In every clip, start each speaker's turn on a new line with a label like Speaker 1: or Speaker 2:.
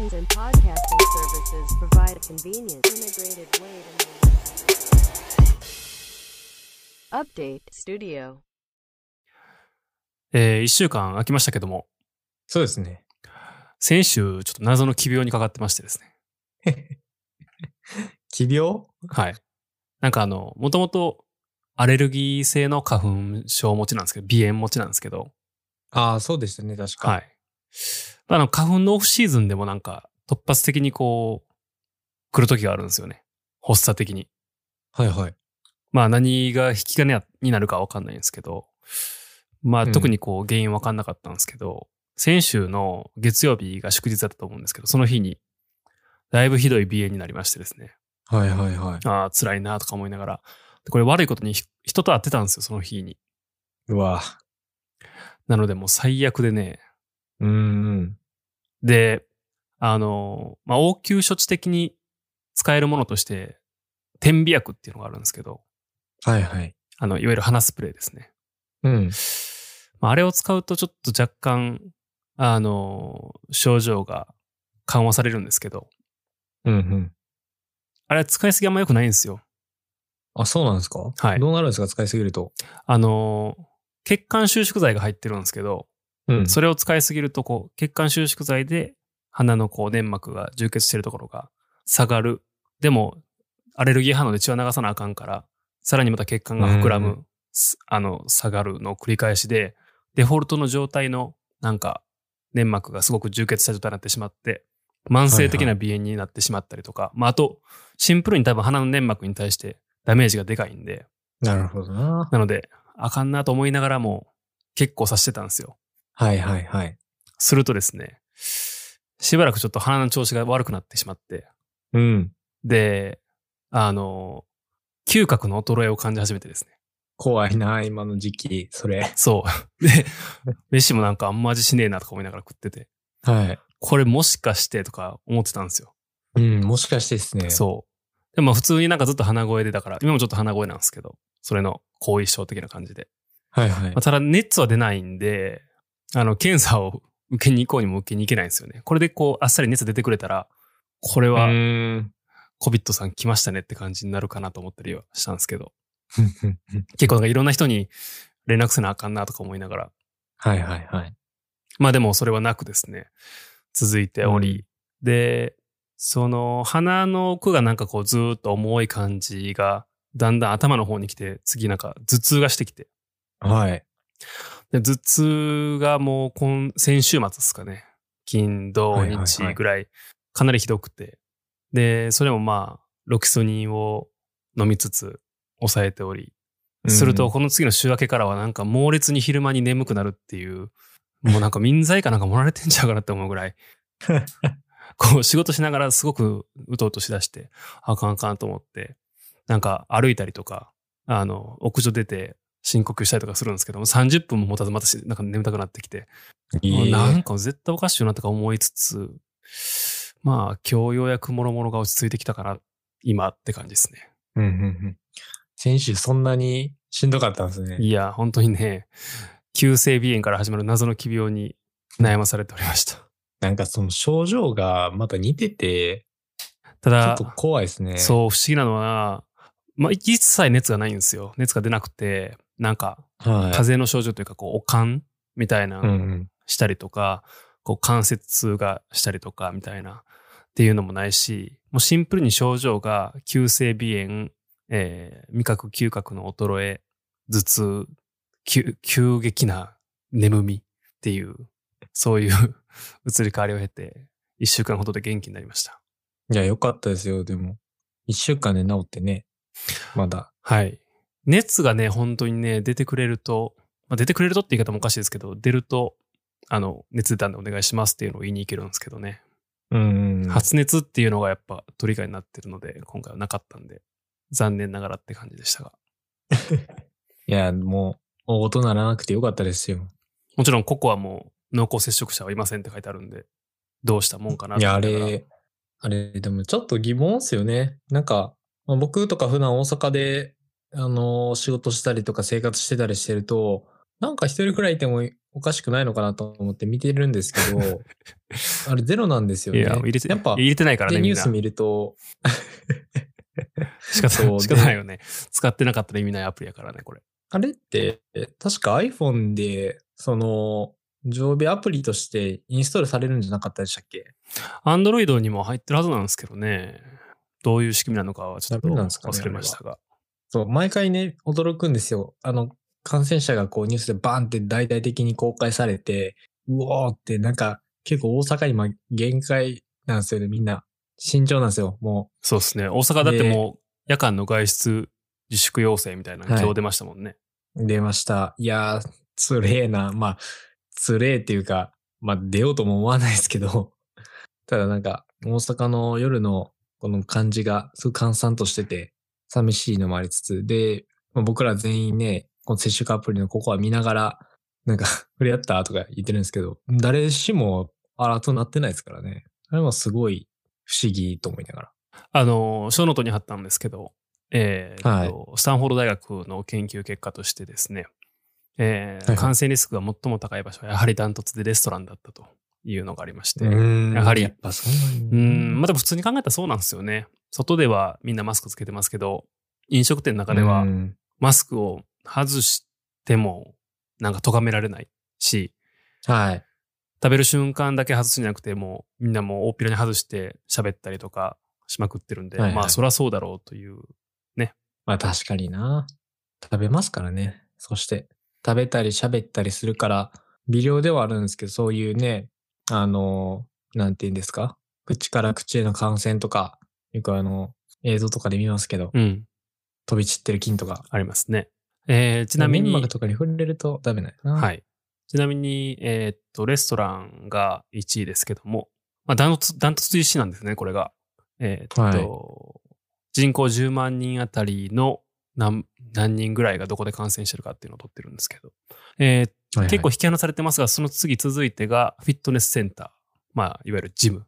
Speaker 1: Podcasting services provide a convenient, integrated way to update studio.
Speaker 2: えー、1週間空きましたけども、
Speaker 3: そうですね。
Speaker 2: 先週、ちょっと謎の奇病にかかってましてですね。
Speaker 3: 奇病
Speaker 2: はい。なんかあの、もともとアレルギー性の花粉症持ちなんですけど、鼻炎持ちなんですけど、
Speaker 3: ああ、そうでしたね、確か。
Speaker 2: はい。あの、花粉のオフシーズンでもなんか、突発的にこう、来る時があるんですよね。発作的に。
Speaker 3: はい、はいはい
Speaker 2: まあ何が引き金やになるかわかんないんですけど、まあ
Speaker 3: うん
Speaker 2: 特にこう原因わかんなかったんですけど、先週の月曜日が祝日だったと思うんですけど、その日にだいぶひどい鼻炎になりましてですね、
Speaker 3: はいはいはい。
Speaker 2: ああ、辛いなとか思いながら、でこれ悪いことにひ人と会ってたんですよ、その日に。
Speaker 3: うわ
Speaker 2: なのでもう最悪でね、
Speaker 3: うんうん。
Speaker 2: で、あの、まあ応急処置的に使えるものとして、点鼻薬っていうのがあるんですけど、
Speaker 3: はいはい。
Speaker 2: あの、いわゆる鼻スプレーですね。
Speaker 3: うん。
Speaker 2: まあ、あれを使うとちょっと若干、あの、症状が緩和されるんですけど、
Speaker 3: うんうん。
Speaker 2: あれ使いすぎあんま良くないんですよ。
Speaker 3: あ、そうなんですか
Speaker 2: はい
Speaker 3: どうなるんですか使いすぎると。
Speaker 2: あの、血管収縮剤が入ってるんですけど、
Speaker 3: うん
Speaker 2: それを使いすぎるとこう、血管収縮剤で鼻のこう粘膜が充血してるところが下がる。でも、アレルギー反応で血は流さなあかんから、さらにまた血管が膨ら
Speaker 3: う
Speaker 2: む、すあの、下がるの繰り返しで、デフォルトの状態のなんか粘膜がすごく充血した状態になってしまって、慢性的な鼻炎になってしまったりとか、まあ、あと、シンプルに多分鼻の粘膜に対してダメージがでかいんで、
Speaker 3: なるほどな。
Speaker 2: なので、あかんなと思いながらも結構さしてたんですよ。
Speaker 3: はいはいはい。
Speaker 2: するとですね、しばらくちょっと鼻の調子が悪くなってしまって、
Speaker 3: うん。
Speaker 2: で、あの、嗅覚の衰えを感じ始めてですね。
Speaker 3: 怖いな、今の時期、それ。
Speaker 2: そう。 で、飯もなんかあんま味しねえなとか思いながら食ってて、
Speaker 3: はい。
Speaker 2: これもしかしてとか思ってたんですよ。
Speaker 3: うん、もしかしてですね。
Speaker 2: そう。でも普通になんかずっと鼻声で、だから、今もちょっと鼻声なんですけど、それの後遺症的な感じで。
Speaker 3: はいはい
Speaker 2: まあ、。ただ熱は出ないんで、あの、検査を受けに行こうにも受けに行けないんですよね。これでこう、あっさり熱出てくれたら、これ
Speaker 3: う
Speaker 2: は
Speaker 3: ーん。
Speaker 2: コビットさん来ましたねって感じになるかなと思ったりはしたんですけど、結構なんかいろんな人に連絡せなあかんなとか思いながら、
Speaker 3: はいはいはい。
Speaker 2: まあでもそれはなくですね、続いており、で、その鼻の奥がなんかこうずーっと重い感じが、だんだん頭の方に来て、次なんか頭痛がしてきて、
Speaker 3: はい。
Speaker 2: で頭痛がもう今、先週末ですかね、金、土、
Speaker 3: はいはいはい
Speaker 2: 日ぐらい、かなりひどくて、で、それもまあ、ロキソニンを飲みつつ抑えており、すると、この次の週明けからはなんか猛烈に昼間に眠くなるっていう、もうなんか民剤かなんかもられてんちゃうかなって思うぐ らい、こう仕事しながらすごくうとうとしだして、あかんあかんと思って、なんか歩いたりとか、あの、屋上出て深呼吸したりとかするんですけども、30分も持たずまたしなんか眠たくなってきて、
Speaker 3: いい
Speaker 2: なんか絶対おかしいよなとか思いつつ、まあ今日ようやくもろもろが落ち着いてきたから、今って感じですね。
Speaker 3: うんうんうん。先週そんなにしんどかったんですね。
Speaker 2: いや、本当にね、急性鼻炎から始まる謎の奇病に悩まされておりま した。
Speaker 3: なんかその症状がまた似てて、
Speaker 2: た
Speaker 3: ちょ
Speaker 2: だ
Speaker 3: っと、怖いですね。う。
Speaker 2: そう、不思議なのは、まあ、一切熱がないんですよ。熱が出なくて、なんか、
Speaker 3: はい。
Speaker 2: 風邪の症状というか、こう、おかんみたいな、
Speaker 3: うんうん。
Speaker 2: したりとか、こう、関節痛がしたりとか、みたいな、っていうのもないし、もうシンプルに症状が、急性鼻炎、えー味覚、嗅覚の衰え、頭痛、急急激な眠みっていう、そういう 移り変わりを経て、一週間ほどで元気になりました。
Speaker 3: いや、よかったですよ、でも。一週間で治ってね。まだ。
Speaker 2: はい。熱がね、本当にね、出てくれると、まあ、出てくれるとって言い方もおかしいですけど、出ると、あの、熱出たんでお願いしますっていうのを言いに行けるんですけどね。
Speaker 3: うんうん。
Speaker 2: 発熱っていうのがやっぱトリガーになってるので、今回はなかったんで、残念ながらって感じでしたが。
Speaker 3: いや、もう、大人にならなくてよかったですよ。
Speaker 2: もちろん、ココはもう濃厚接触者はいませんって書いてあるんで、どうしたもんかないと
Speaker 3: や、
Speaker 2: 思
Speaker 3: あ
Speaker 2: いながら。
Speaker 3: れ、あれ、でもちょっと疑問っすよね。なんか、まあ、僕とか普段大阪で、あのー仕事したりとか生活してたりしてると、なんか一人くらいいてもおかしくないのかなと思って見てるんですけ ど、あれゼロなんですよ
Speaker 2: い
Speaker 3: ね。
Speaker 2: や、入れて、
Speaker 3: やっぱ、
Speaker 2: 入れてないからね、
Speaker 3: でニ
Speaker 2: みん
Speaker 3: ュー
Speaker 2: な
Speaker 3: ス。見ると、
Speaker 2: 仕方
Speaker 3: そう
Speaker 2: ない、仕方ないよね。使ってなかったら意味ないアプリやからね、これ。
Speaker 3: あれって、確か iPhone で、その、常備アプリとしてインストールされるんじゃなかったでしたっけ
Speaker 2: アンドロイドにも入ってるはずなんですけどね。どういう仕組みなのかはちょっと
Speaker 3: ダメなんですかね
Speaker 2: 忘れましたが。
Speaker 3: そう、毎回ね、驚くんですよ。あの、感染者がこうニュースでバーンって大々的に公開されて、うおーってなんか、結構大阪今限界なんですよね、みんな。慎重なんですよ、も
Speaker 2: そうですね。大阪だってもう夜間の外出自粛要請みたいなの
Speaker 3: はい
Speaker 2: 今日出ましたもんね。
Speaker 3: う。出ました。いやー、つれえな。まあ、つれえっていうか、まあ出ようとも思わないですけど、 ただなんか、大阪の夜のこの感じが、すごい閑散としてて、寂しいのもありつつ、で、まあ僕ら全員ね、この接触アプリのここは見ながら、なんか、 触れ合ったとか言ってるんですけど、誰しもアラートなってないですからね。あれもすごい不思議と思いながら。
Speaker 2: あの、ショーノートに貼ったんですけど、えー
Speaker 3: はい
Speaker 2: えっとスタンフォード大学の研究結果としてですね、えー
Speaker 3: はいはい
Speaker 2: 感染リスクが最も高い場所はやはりダントツでレストランだったというのがありまして、
Speaker 3: ん
Speaker 2: やはり
Speaker 3: やっぱそうなん
Speaker 2: う
Speaker 3: だ
Speaker 2: ん、まあでも普通に考えたらそうなんですよね。外ではみんなマスクつけてますけど、飲食店の中では
Speaker 3: うん
Speaker 2: マスクを外してもなんか咎められないし、
Speaker 3: はい。
Speaker 2: 食べる瞬間だけ外すんじゃなくて、もうみんなもう大っぴらに外して喋ったりとかしまくってるんで、
Speaker 3: はいはい
Speaker 2: まあそりゃそうだろうという。
Speaker 3: まあ確かにな。食べますからね。そして、食べたり喋ったりするから、微量ではあるんですけど、そういうね、あの、なんて言うんですか口から口への感染とか、よくあの、映像とかで見ますけど、
Speaker 2: うん。
Speaker 3: 飛び散ってる菌とか。
Speaker 2: ありますね。えーちなみ
Speaker 3: 粘
Speaker 2: に、
Speaker 3: 膜とかに触れるとダメだよな。。
Speaker 2: はいい。ちなみに、えーっと、レストランが1位ですけども、まあ、ダントツ、ダントツ1位なんですね、これが。えーっと、人口10万人あたりの何、何人ぐらいがどこで感染してるかっていうのを取ってるんですけど、えー結構、引き離されてますが、その次続いてが、フィットネスセンター。まあ、いわゆるジム。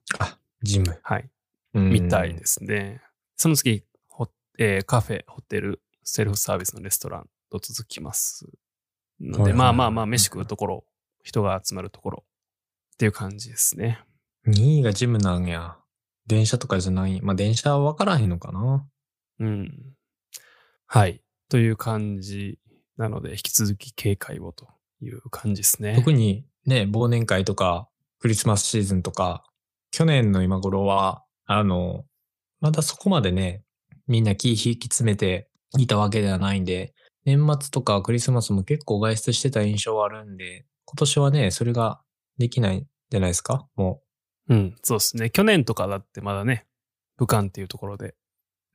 Speaker 3: ジム。
Speaker 2: はい。
Speaker 3: うん
Speaker 2: みたいですね。その次、ホえーカフェ、ホテル、セルフサービスのレストランと続きます。ので、
Speaker 3: はいはい
Speaker 2: まあまあまあ、飯食うところ、人が集まるところっていう感じですね。
Speaker 3: 2位がジムなんや。電車とかじゃない。まあ電車は分からへんのかな。
Speaker 2: うん。はい。という感じなので、引き続き警戒をという感じですね。
Speaker 3: 特にね、忘年会とか、クリスマスシーズンとか、去年の今頃は、あの、まだそこまでね、みんな気引き詰めていたわけではないんで、年末とかクリスマスも結構外出してた印象はあるんで、今年はね、それができないんじゃないですかも
Speaker 2: うん、そうですね。去年とかだってまだね、武漢っていうところで、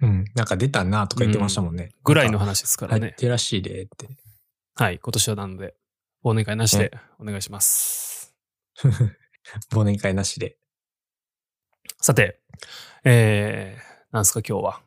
Speaker 3: う。うん。なんか出たなとか言ってましたもんね。
Speaker 2: ぐらいの話ですから
Speaker 3: 入っ
Speaker 2: ね。
Speaker 3: てらしいでって。
Speaker 2: はい、今年はなので、忘年会なしでお願いします。
Speaker 3: 忘年会なしで。
Speaker 2: さて、えー、なんすか今日は。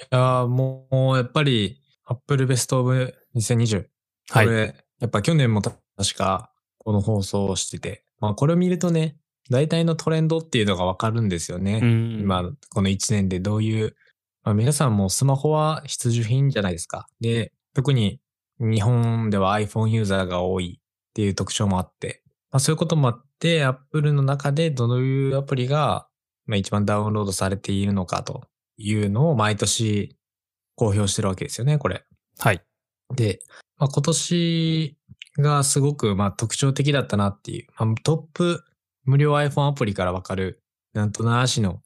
Speaker 3: いやーもう、もうやっぱり、Apple Best of 2020。
Speaker 2: はい。
Speaker 3: これ、やっぱ去年も確かこの放送をしてて、まあこれを見るとね、大体のトレンドっていうのがわかるんですよね。
Speaker 2: うん、
Speaker 3: 今、この1年でどういう、まあ、皆さんもスマホは必需品じゃないですか。で、特に日本では iPhone ユーザーが多いっていう特徴もあって、まあ、そういうこともあって、Apple の中でどういうアプリがまあ一番ダウンロードされているのかというのを毎年公表してるわけですよね、これ。
Speaker 2: はい。
Speaker 3: で、まあ、今年がすごくまあ特徴的だったなっていう、まあ、トップ無料 iPhone アプリからわかる、なんとなーしの、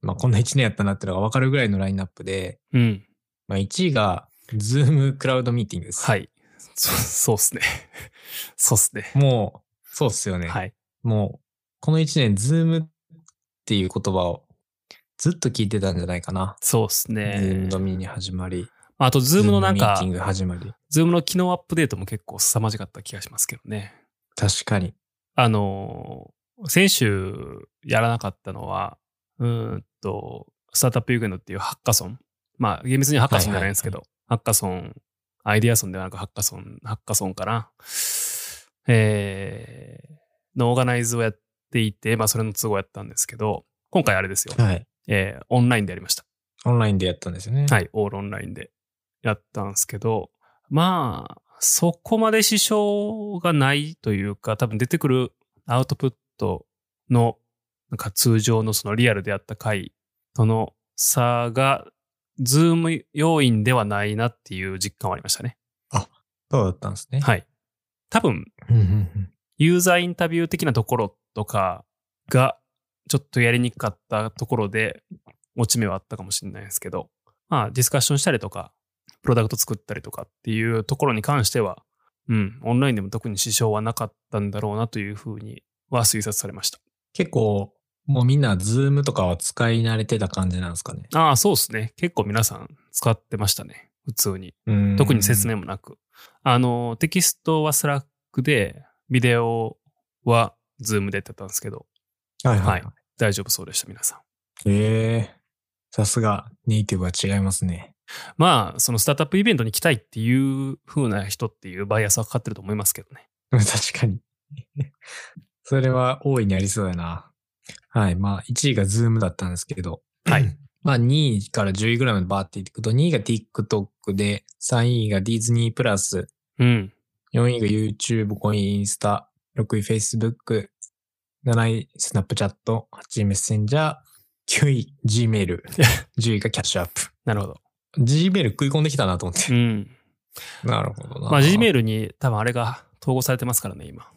Speaker 3: まあ、こんな1年やったなっていうのがわかるぐらいのラインナップで、
Speaker 2: うん。
Speaker 3: まあ、1位が Zoom クラウドミーティングです。
Speaker 2: はい。そそうっすね。 そうっすね。
Speaker 3: もう、そうっすよね。
Speaker 2: はい。
Speaker 3: もう、この1年 Zoom っていう言葉をずっと聞いてたんじゃないかな。
Speaker 2: そうっす
Speaker 3: Zoom
Speaker 2: ね。
Speaker 3: のみに始まり、
Speaker 2: あと、ズームのなん
Speaker 3: ミー
Speaker 2: か
Speaker 3: ティン、グ始まり。
Speaker 2: ズームの機能アップデートも結構凄まじかった気がしますけどね。
Speaker 3: 確かに。
Speaker 2: あのー、先週やらなかったのは、うーんと、スタートアップユーグンドっていうハッカソン。まあ、厳密にはハッカソンじゃないんですけど、ハッカソン、アイデアソンではなくハッカソン、ハッカソンかな。えー、のオーガナイズをやっていて、まあ、それの都合やったんですけど、今回あれですよ。
Speaker 3: はい。
Speaker 2: えー、オンラインでやりました。
Speaker 3: オンラインでやったんですよね。
Speaker 2: はい、オールオンラインでやったんですけど、まあ、そこまで支障がないというか、多分出てくるアウトプットの、なんか通常のそのリアルであった回との差が、ズーム要因ではないなっていう実感はありましたね。
Speaker 3: そうだったんですね。
Speaker 2: はい。多分、
Speaker 3: うんうんうん
Speaker 2: ユーザーインタビュー的なところとかが、ちょっとやりにくかったところで、落ち目はあったかもしれないですけど、まあ、ディスカッションしたりとか、プロダクト作ったりとかっていうところに関しては、うん、オンラインでも特に支障はなかったんだろうなというふうには推察されました。
Speaker 3: 結構、もうみんな、ズームとかは使い慣れてた感じなんですかね。
Speaker 2: ああ、そうですね。結構皆さん使ってましたね。普通に。
Speaker 3: うん
Speaker 2: 特に説明もなく。あの、テキストはスラックで、ビデオはズームでやってたんですけど、
Speaker 3: はいはい。
Speaker 2: は大丈夫そうでした、皆さん。
Speaker 3: ええさすが、ネイティブは違いますね。
Speaker 2: まあ、そのスタートアップイベントに来たいっていう風な人っていうバイアスはかかってると思いますけどね。
Speaker 3: 確かに。それは大いにありそうだな。はい。まあ、1位がズームだったんですけど。
Speaker 2: はい。
Speaker 3: まあ、2位から10位ぐらいまでバーっていくと、2位が TikTok で、3位がディズニープラス、
Speaker 2: うん。
Speaker 3: 4位が YouTube、5位インスタ、6位 Facebook、7位 Snapchat、8位メッセンジャー、9位 Gmail、10位が キャッシュアップ。
Speaker 2: なるほど。
Speaker 3: Gmail 食い込んできたなと思っ
Speaker 2: う
Speaker 3: て。
Speaker 2: ん。
Speaker 3: なるほどな。
Speaker 2: まあ、Gmail に多分あれが統合されてますからね、今。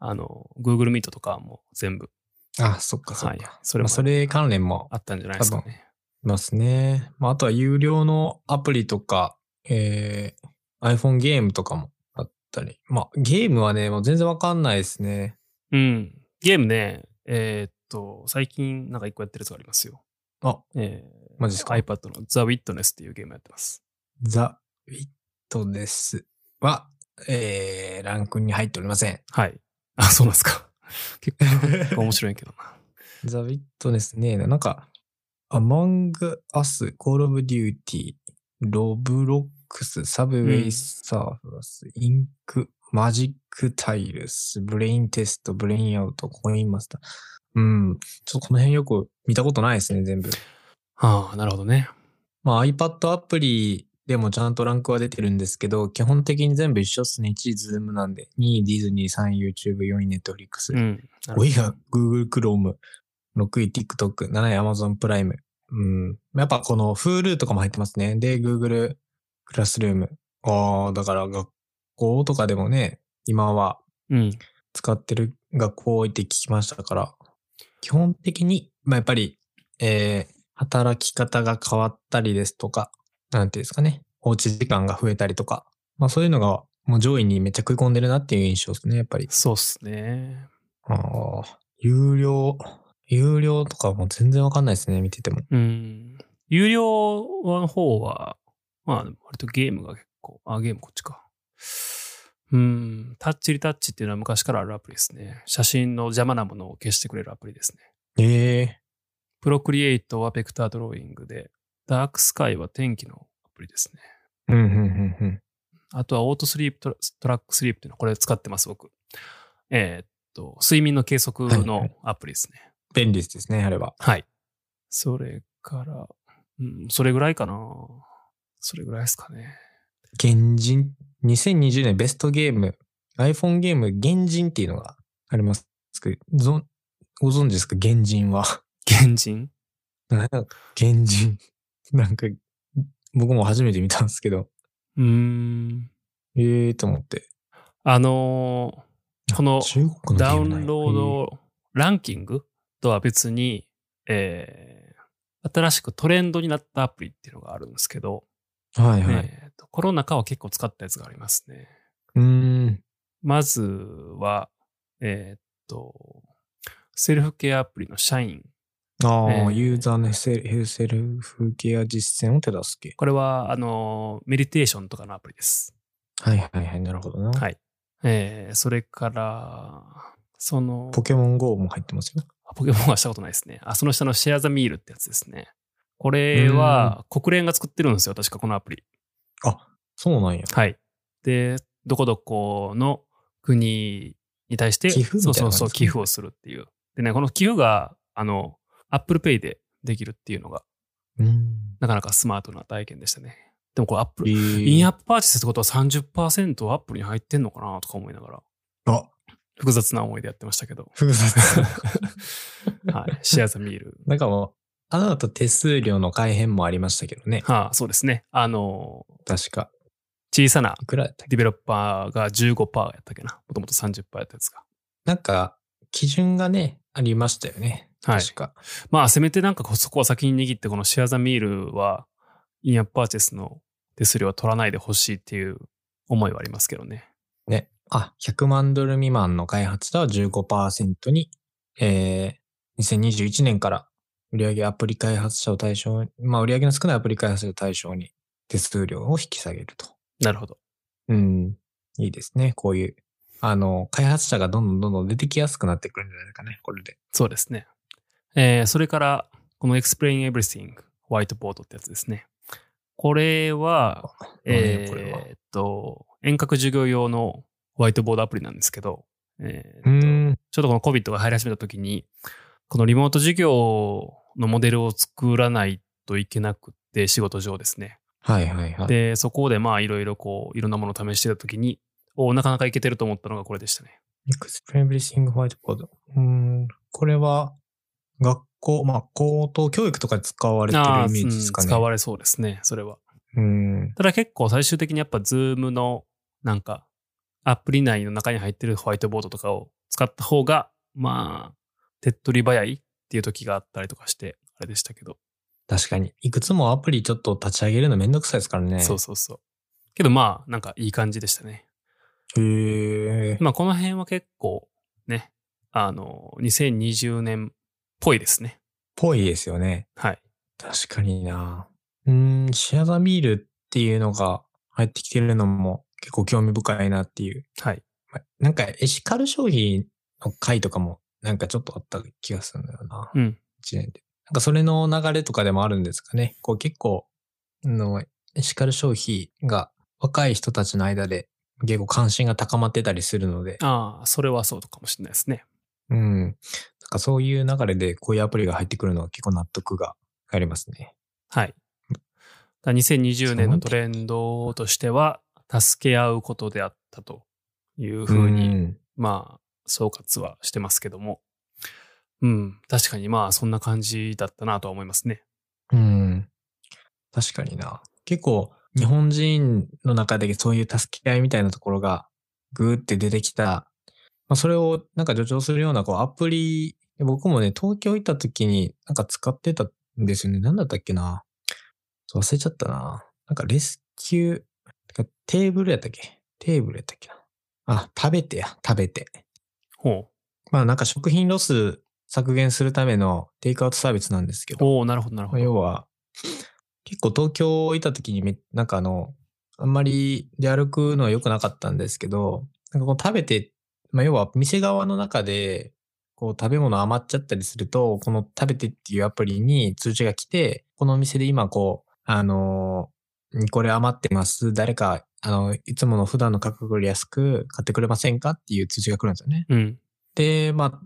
Speaker 2: あの、Google Meet とかも全部。
Speaker 3: あ、そっかそ
Speaker 2: は
Speaker 3: っか。
Speaker 2: い。それも
Speaker 3: まあ、それ関連もあ
Speaker 2: あったんじゃないですかね。
Speaker 3: りますね。まあ、あとは有料のアプリとか、えー、iPhone ゲームとかもあったり。まあ、ゲームはね、もう全然わかんないですね。
Speaker 2: うん。ゲームね、えーっと、最近なんか一個やってるやつがありますよ。
Speaker 3: あ、
Speaker 2: え
Speaker 3: マジですか
Speaker 2: ー、iPad の The Witness っていうゲームやってます。
Speaker 3: ザ・ウィットですは、えー、ランクに入っておりません。
Speaker 2: はい。あ、そうなんですか。結構 面白いけどな。
Speaker 3: ザ・ウィットですね。なんか、Among Us、Call of Duty、ロブロックス、サブウェ
Speaker 2: う
Speaker 3: イ
Speaker 2: ん
Speaker 3: サーフス、インク、マジックタイルス、ブレインテスト、ブレインアウト、コインマスター。うん。ちょっとこの辺よく見たことないですね、全部。
Speaker 2: ああ、なるほどね。
Speaker 3: まあ iPad アプリでもちゃんとランクは出てるんですけど、基本的に全部一緒っすね。1位ズームなんで、2位ディズニー、3位 YouTube、4位 Netflix、
Speaker 2: うん。なる
Speaker 3: 5位が Google Chrome、6位 TikTok、7位 Amazon プライム。うん。やっぱこの Hulu とかも入ってますね。で、Google クラスルーム。ああ、だから学校とかでもね、今は
Speaker 2: うん。
Speaker 3: 使ってる学校多いって聞きましたから、基本的に、まあ、やっぱり、えー働き方が変わったりですとか、なんていうんですかね、おうち時間が増えたりとか、まあそういうのがもう上位にめっちゃ食い込んでるなっていう印象ですね、やっぱり。
Speaker 2: そうっすね。
Speaker 3: ああ、有料、有料とかも全然わかんないですね、見てても。
Speaker 2: うん。有料の方は、まあ、割とゲームが結構、あ、ゲームこっちか。うん。タッチリタッチっていうのは昔からあるアプリですね。写真の邪魔なものを消してくれるアプリですね。
Speaker 3: ええ
Speaker 2: プロクリエイトはベクタードローイングで、ダークスカイは天気のアプリですね。
Speaker 3: うん、うん、うん、うん。
Speaker 2: あとはオートスリープトラトラックスリープっていうのはこれ使ってます、僕。えーっと、睡眠の計測
Speaker 3: はいは
Speaker 2: の
Speaker 3: い
Speaker 2: アプリですね。
Speaker 3: 便利ですね、あれは。
Speaker 2: はい。それから、うん、それぐらいかな。それぐらいですかね。
Speaker 3: 原人、2020年ベストゲーム、iPhone ゲーム、原人っていうのがありますけど。ぞんご存知ですか原人は。
Speaker 2: 原人
Speaker 3: なんか原人。なんか、僕も初めて見たんですけど、
Speaker 2: うーん。
Speaker 3: ええーと思って。
Speaker 2: あのーこの
Speaker 3: 中国のゲ
Speaker 2: ダ
Speaker 3: ー
Speaker 2: ウ
Speaker 3: ムなんや
Speaker 2: ンロードランキングとは別に、えー新しくトレンドになったアプリっていうのがあるんですけど、
Speaker 3: えーはいはい。
Speaker 2: えーとコロナ禍は結構使ったやつがありますね。
Speaker 3: うーん。
Speaker 2: まずは、えーっと、セルフケアアプリの社員。
Speaker 3: ああ、
Speaker 2: えー
Speaker 3: ユーザーのセルセルフケア実践を手助け。
Speaker 2: これは、あの、メディテーションとかのアプリです。
Speaker 3: はいはいはい、なるほどな。
Speaker 2: はい。えー、それから、その、
Speaker 3: ポケモン GO も入ってますよ。
Speaker 2: あポケモンはしたことないですね。あ、その下のシェアザミールってやつですね。これは、国連が作ってるんですよ。確かこのアプリ。
Speaker 3: そうなんや。
Speaker 2: はい。で、どこどこの国に対して、
Speaker 3: 寄付みた
Speaker 2: そ
Speaker 3: いうな
Speaker 2: そうそう、
Speaker 3: 感じ
Speaker 2: 寄
Speaker 3: ですね
Speaker 2: 付をするっていう。でね、この寄付が、あの、Apple Pay でできるっていうのが、
Speaker 3: うーん。
Speaker 2: なかなかスマートな体験でしたね。でもこれアップル、イン
Speaker 3: い
Speaker 2: アップパーチェスってことは30%アップルに入ってんのかなとか思いながら、
Speaker 3: あ、
Speaker 2: 複雑な思いでやってましたけど。
Speaker 3: 複雑。
Speaker 2: はい。シェアザミール。
Speaker 3: なんかもう、あの後手数料の改変もありましたけどね。
Speaker 2: はあ、そうですね。あの、
Speaker 3: 確か。
Speaker 2: 小さない
Speaker 3: くらだったっ
Speaker 2: デ
Speaker 3: け
Speaker 2: ィベロッパーが15%やったっけな。もともと30%やったやつが。
Speaker 3: なんか、基準がね、ありましたよね。
Speaker 2: はい
Speaker 3: 確か。
Speaker 2: まあ、せめてなんかそこは先に握って、このシェアザミールは、インアップパーチェスの手数料は取らないでほしいっていう思いはありますけどね。
Speaker 3: ね。あ、100万ドル未満の開発者は15%に、えー、2021年から売上アプリ開発者を対象に、まあ売上の少ないアプリ開発者を対象に手数料を引き下げると。
Speaker 2: なるほど。
Speaker 3: うん。いいですね。こういう、あの、開発者がどんどんどんどん出てきやすくなってくるんじゃないですかね。これで。
Speaker 2: そうですね。えーそれから、この Explain Everything Whiteboard ってやつですね。これは、
Speaker 3: え
Speaker 2: え
Speaker 3: ーこれは
Speaker 2: ーっと、遠隔授業用のホワイトボードアプリなんですけど、えーっと
Speaker 3: うん。
Speaker 2: ちょっとこの COVID が入り始めた時に、このリモート授業のモデルを作らないといけなくって、仕事上ですね。
Speaker 3: はいはいはい。
Speaker 2: で、そこでまあいろいろこう、いろんなものを試してた時に、おなかなかいけてると思ったのがこれでしたね。
Speaker 3: エクスプレンブリッシングホワイトボード。うーん、これは、学校、まあ、高等教育とかで使われてるイ
Speaker 2: ああー、
Speaker 3: メージですか
Speaker 2: う
Speaker 3: ね。
Speaker 2: ん使われそうですね、それは。
Speaker 3: うん。
Speaker 2: ただ結構最終的にやっぱズームのなんかアプリ内の中に入ってるホワイトボードとかを使った方がまあ手っ取り早いっていう時があったりとかしてあれでしたけど、
Speaker 3: 確かに。いくつもアプリちょっと立ち上げるのめんどくさいですからね。
Speaker 2: そうそうそうけどまあなんかいい感じでしたね
Speaker 3: う。へえ。
Speaker 2: まあこの辺は結構ねあの2020年っぽいですね
Speaker 3: ぽいですよね。
Speaker 2: はい
Speaker 3: 確かにな。うーん、シアザミールっていうのが入ってきてるのも結構興味深いなっていう。
Speaker 2: はい
Speaker 3: まあなんか、エシカル消費の回とかも、なんかちょっとあった気がするんだよな。
Speaker 2: うん
Speaker 3: 一年で。なんかそれの流れとかでもあるんですかね。こう結構、あのエシカル消費が若い人たちの間で結構関心が高まってたりするので、
Speaker 2: ああそれはそうかもしれないですね
Speaker 3: うん。なんかそういう流れでこういうアプリが入ってくるのは結構納得がありますね。
Speaker 2: はい。だ2020年のトレンドとしては、助け合うことであったというふうに、
Speaker 3: ん
Speaker 2: まあ、総括はしてますけども。うん、確かにまあ、そんな感じだったなとは思いますね。
Speaker 3: うん。確かにな。結構、日本人の中でそういう助け合いみたいなところがグーって出てきた。まあ、それをなんか助長するようなこうアプリ、僕もね、東京行った時になんか使ってたんですよね。なんだったっけな。ちょっと忘れちゃったな。なんかレスキュー、なんかテーブルやったっけテーブルやったっけな。あ、食べてや、食べて。
Speaker 2: ほ
Speaker 3: まあなんか食品ロス削減するためのテイクアウトサービスなんですけ
Speaker 2: う。
Speaker 3: ど。
Speaker 2: おおなるほど、なる
Speaker 3: ま
Speaker 2: ほ
Speaker 3: あ
Speaker 2: ど。
Speaker 3: 要は、結構東京いた時にめ、なんかあの、あんまり出歩くのは良くなかったんですけど、なんかこう食べて、まあ、要は店側の中で、こう食べ物余っちゃったりすると、この食べてっていうアプリに通知が来て、このお店で今こう、あのーこれ余ってます。誰か、あの、いつもの普段の価格より安く買ってくれませんかっていう通知が来るんですよね。
Speaker 2: うん。
Speaker 3: で、まあ、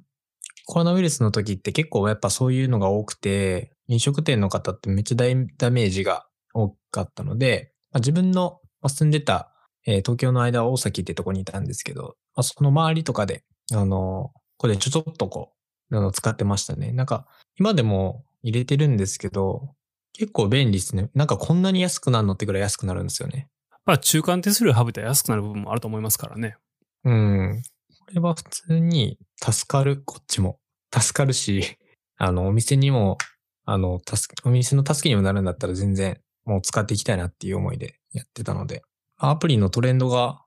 Speaker 3: コロナウイルスの時って結構やっぱそういうのが多くて、飲食店の方ってめっちゃ大ダメージが多かったので、まあ、自分のまあ住んでた、えー東京の間は大崎ってとこにいたんですけど、まあ、その周りとかで、あのこれちょちょっとこう、あの使ってましたね。なんか、今でも入れてるんですけど、結構便利ですね。なんかこんなに安くなるのってぐらい安くなるんですよね。
Speaker 2: まあ、中間手数料省いたら安くなる部分もあると思いますからね。
Speaker 3: うん。これは普通に助かる、こっちも。助かるし、 あの、お店にも、あの、助け、お店の助けにもなるんだったら全然、もう使っていきたいなっていう思いでやってたので。アプリのトレンドが、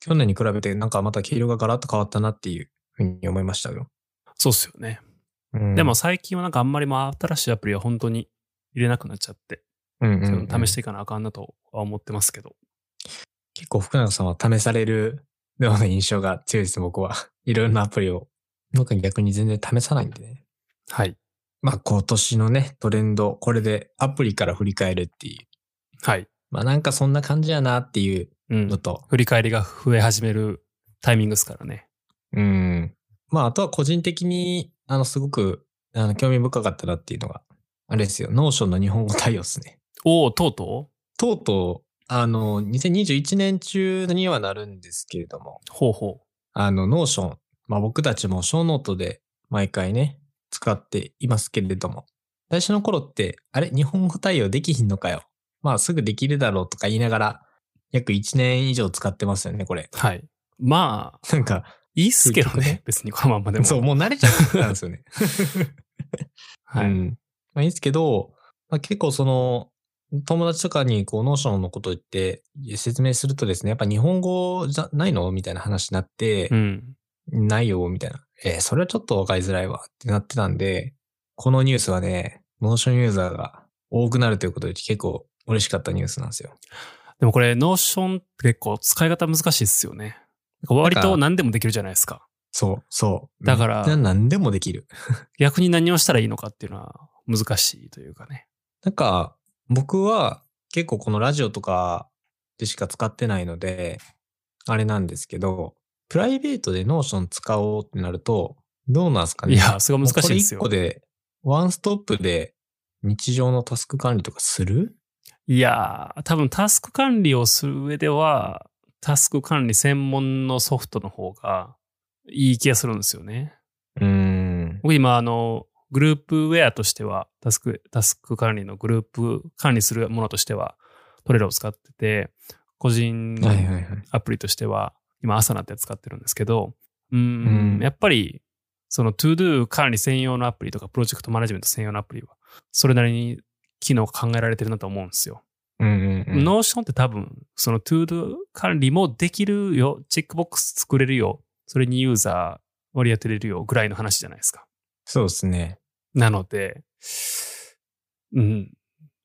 Speaker 3: 去年に比べてなんかまた毛色がガラッと変わったなっていうふうに思いましたよ。
Speaker 2: そうっすよね。
Speaker 3: うん、
Speaker 2: でも、最近はなんかあんまりまあ新しいアプリは本当に入れなくなっちゃって、
Speaker 3: うんうん
Speaker 2: そうれ
Speaker 3: ん、
Speaker 2: も試していかなあかんなとは思ってますけど。
Speaker 3: 結構福永さんは試されるような印象が強いです、僕は。 いろんなアプリを。僕は逆に全然試さないんでね。
Speaker 2: はい。
Speaker 3: まあ今年のね、トレンド、これでアプリから振り返るっていう。
Speaker 2: はい。
Speaker 3: まあなんかそんな感じやなっていう
Speaker 2: うん
Speaker 3: の。と、
Speaker 2: 振り返りが増え始めるタイミングですからね。
Speaker 3: うん。まああとは個人的に、あの、すごく、あの、興味深かったなっていうのが、あれですよ、ノーションの日本語対応ですね。
Speaker 2: おおとうと
Speaker 3: とうとう、あの、2021年中にはなるんですけれども、
Speaker 2: ほうほ
Speaker 3: あの、ノーション、まあ僕たちもショーノートで毎回ね、使っていますけれども、最初の頃って、あれ日本語対応できひんのかよ。まあすぐできるだろうとか言いながら、約1年以上使ってますよね、これ。
Speaker 2: う。はい。まあ、
Speaker 3: なんか、
Speaker 2: いいっすけど
Speaker 3: 結局
Speaker 2: ね
Speaker 3: ね。
Speaker 2: 別にこのまんまでも。
Speaker 3: そう、もう慣れちゃったんですよね。
Speaker 2: はい。
Speaker 3: うん。まあいいんですけど、まあ、結構その、友達とかにこう、ノーションのことを言って説明するとですね、やっぱ日本語じゃないのみたいな話になって、
Speaker 2: うん。
Speaker 3: ないよ、みたいな。えーそれはちょっとわかりづらいわってなってたんで、このニュースはね、ノーションユーザーが多くなるということで結構嬉しかったニュースなんですよ。
Speaker 2: でもこれ、ノーションって結構使い方難しいっすよね。割と何でもできるじゃないですか。
Speaker 3: そう、そう。
Speaker 2: だから
Speaker 3: みんな何でもできる。
Speaker 2: 逆に何をしたらいいのかっていうのは難しいというかね。
Speaker 3: なんか、僕は結構このラジオとかでしか使ってないので、あれなんですけど、プライベートでノーション使おうってなると、どうなんですかね
Speaker 2: いや、それが難しいですよ
Speaker 3: こ。れ1個で、ワンストップで日常のタスク管理とかする
Speaker 2: いやー、多分タスク管理をする上では、タスク管理専門のソフトの方がいい気がするんですよね。
Speaker 3: うーん。
Speaker 2: 僕今、あの、グループウェアとしては、タスク、タスク管理のグループ管理するものとしては、トレロを使ってて、個人
Speaker 3: はいはいはい。
Speaker 2: アプリとしては、今、朝なって使ってるんですけど、うーん
Speaker 3: うん
Speaker 2: やっぱり、その ToDo 管理専用のアプリとか、プロジェクトマネジメント専用のアプリは、それなりに機能が考えられてるなと思うんですよ。
Speaker 3: うんうんうん。
Speaker 2: ノーションって多分、その ToDo 管理もできるよ、チェックボックス作れるよ、それにユーザー割り当てれるよぐらいの話じゃないですか。
Speaker 3: そうですね。
Speaker 2: なので、うん、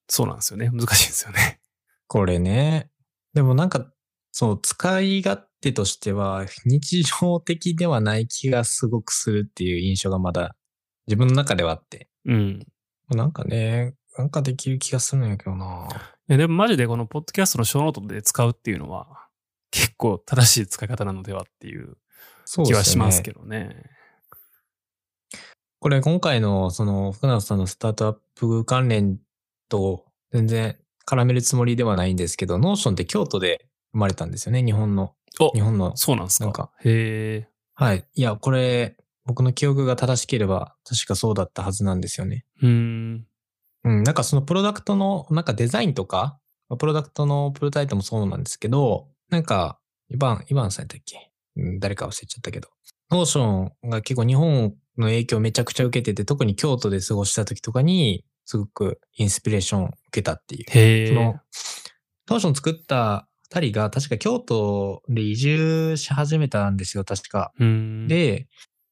Speaker 2: そうなんですよね。難しいですよね。
Speaker 3: これね。でもなんか、そう、使い勝手としては、日常的ではない気がすごくするっていう印象がまだ、自分の中ではあって。
Speaker 2: うん。
Speaker 3: なんかね、なんかできる気がするんやけどな。
Speaker 2: いやでもマジでこのポッドキャストのショーノートで使うっていうのは、結構正しい使い方なのではっていう
Speaker 3: そう
Speaker 2: 気はしますけ
Speaker 3: ど。
Speaker 2: どね。
Speaker 3: これ今回の、その、福永さんのスタートアップ関連と、全然絡めるつもりではないんですけど、ノーションって京都で生まれたんですよね、日本の。
Speaker 2: お
Speaker 3: 日本の
Speaker 2: そうなんですか。
Speaker 3: なんか
Speaker 2: へえ。
Speaker 3: はい。いや、これ、僕の記憶が正しければ、確かそうだったはずなんですよね。
Speaker 2: うーん。
Speaker 3: うん、なんかそのプロダクトの、なんかデザインとか、まあプロダクトのプロタイプもそうなんですけど、なんか、イバン、イバンさんやったっけうん、誰か忘れちゃったけど。ノーションが結構日本の影響をめちゃくちゃ受けてて、特に京都で過ごした時とかに、すごくインスピレーションを受けたっていう。
Speaker 2: へ
Speaker 3: その
Speaker 2: え。、
Speaker 3: ノーション作った二人が、確か京都で移住し始めたんですよ、確か。
Speaker 2: うん、
Speaker 3: で、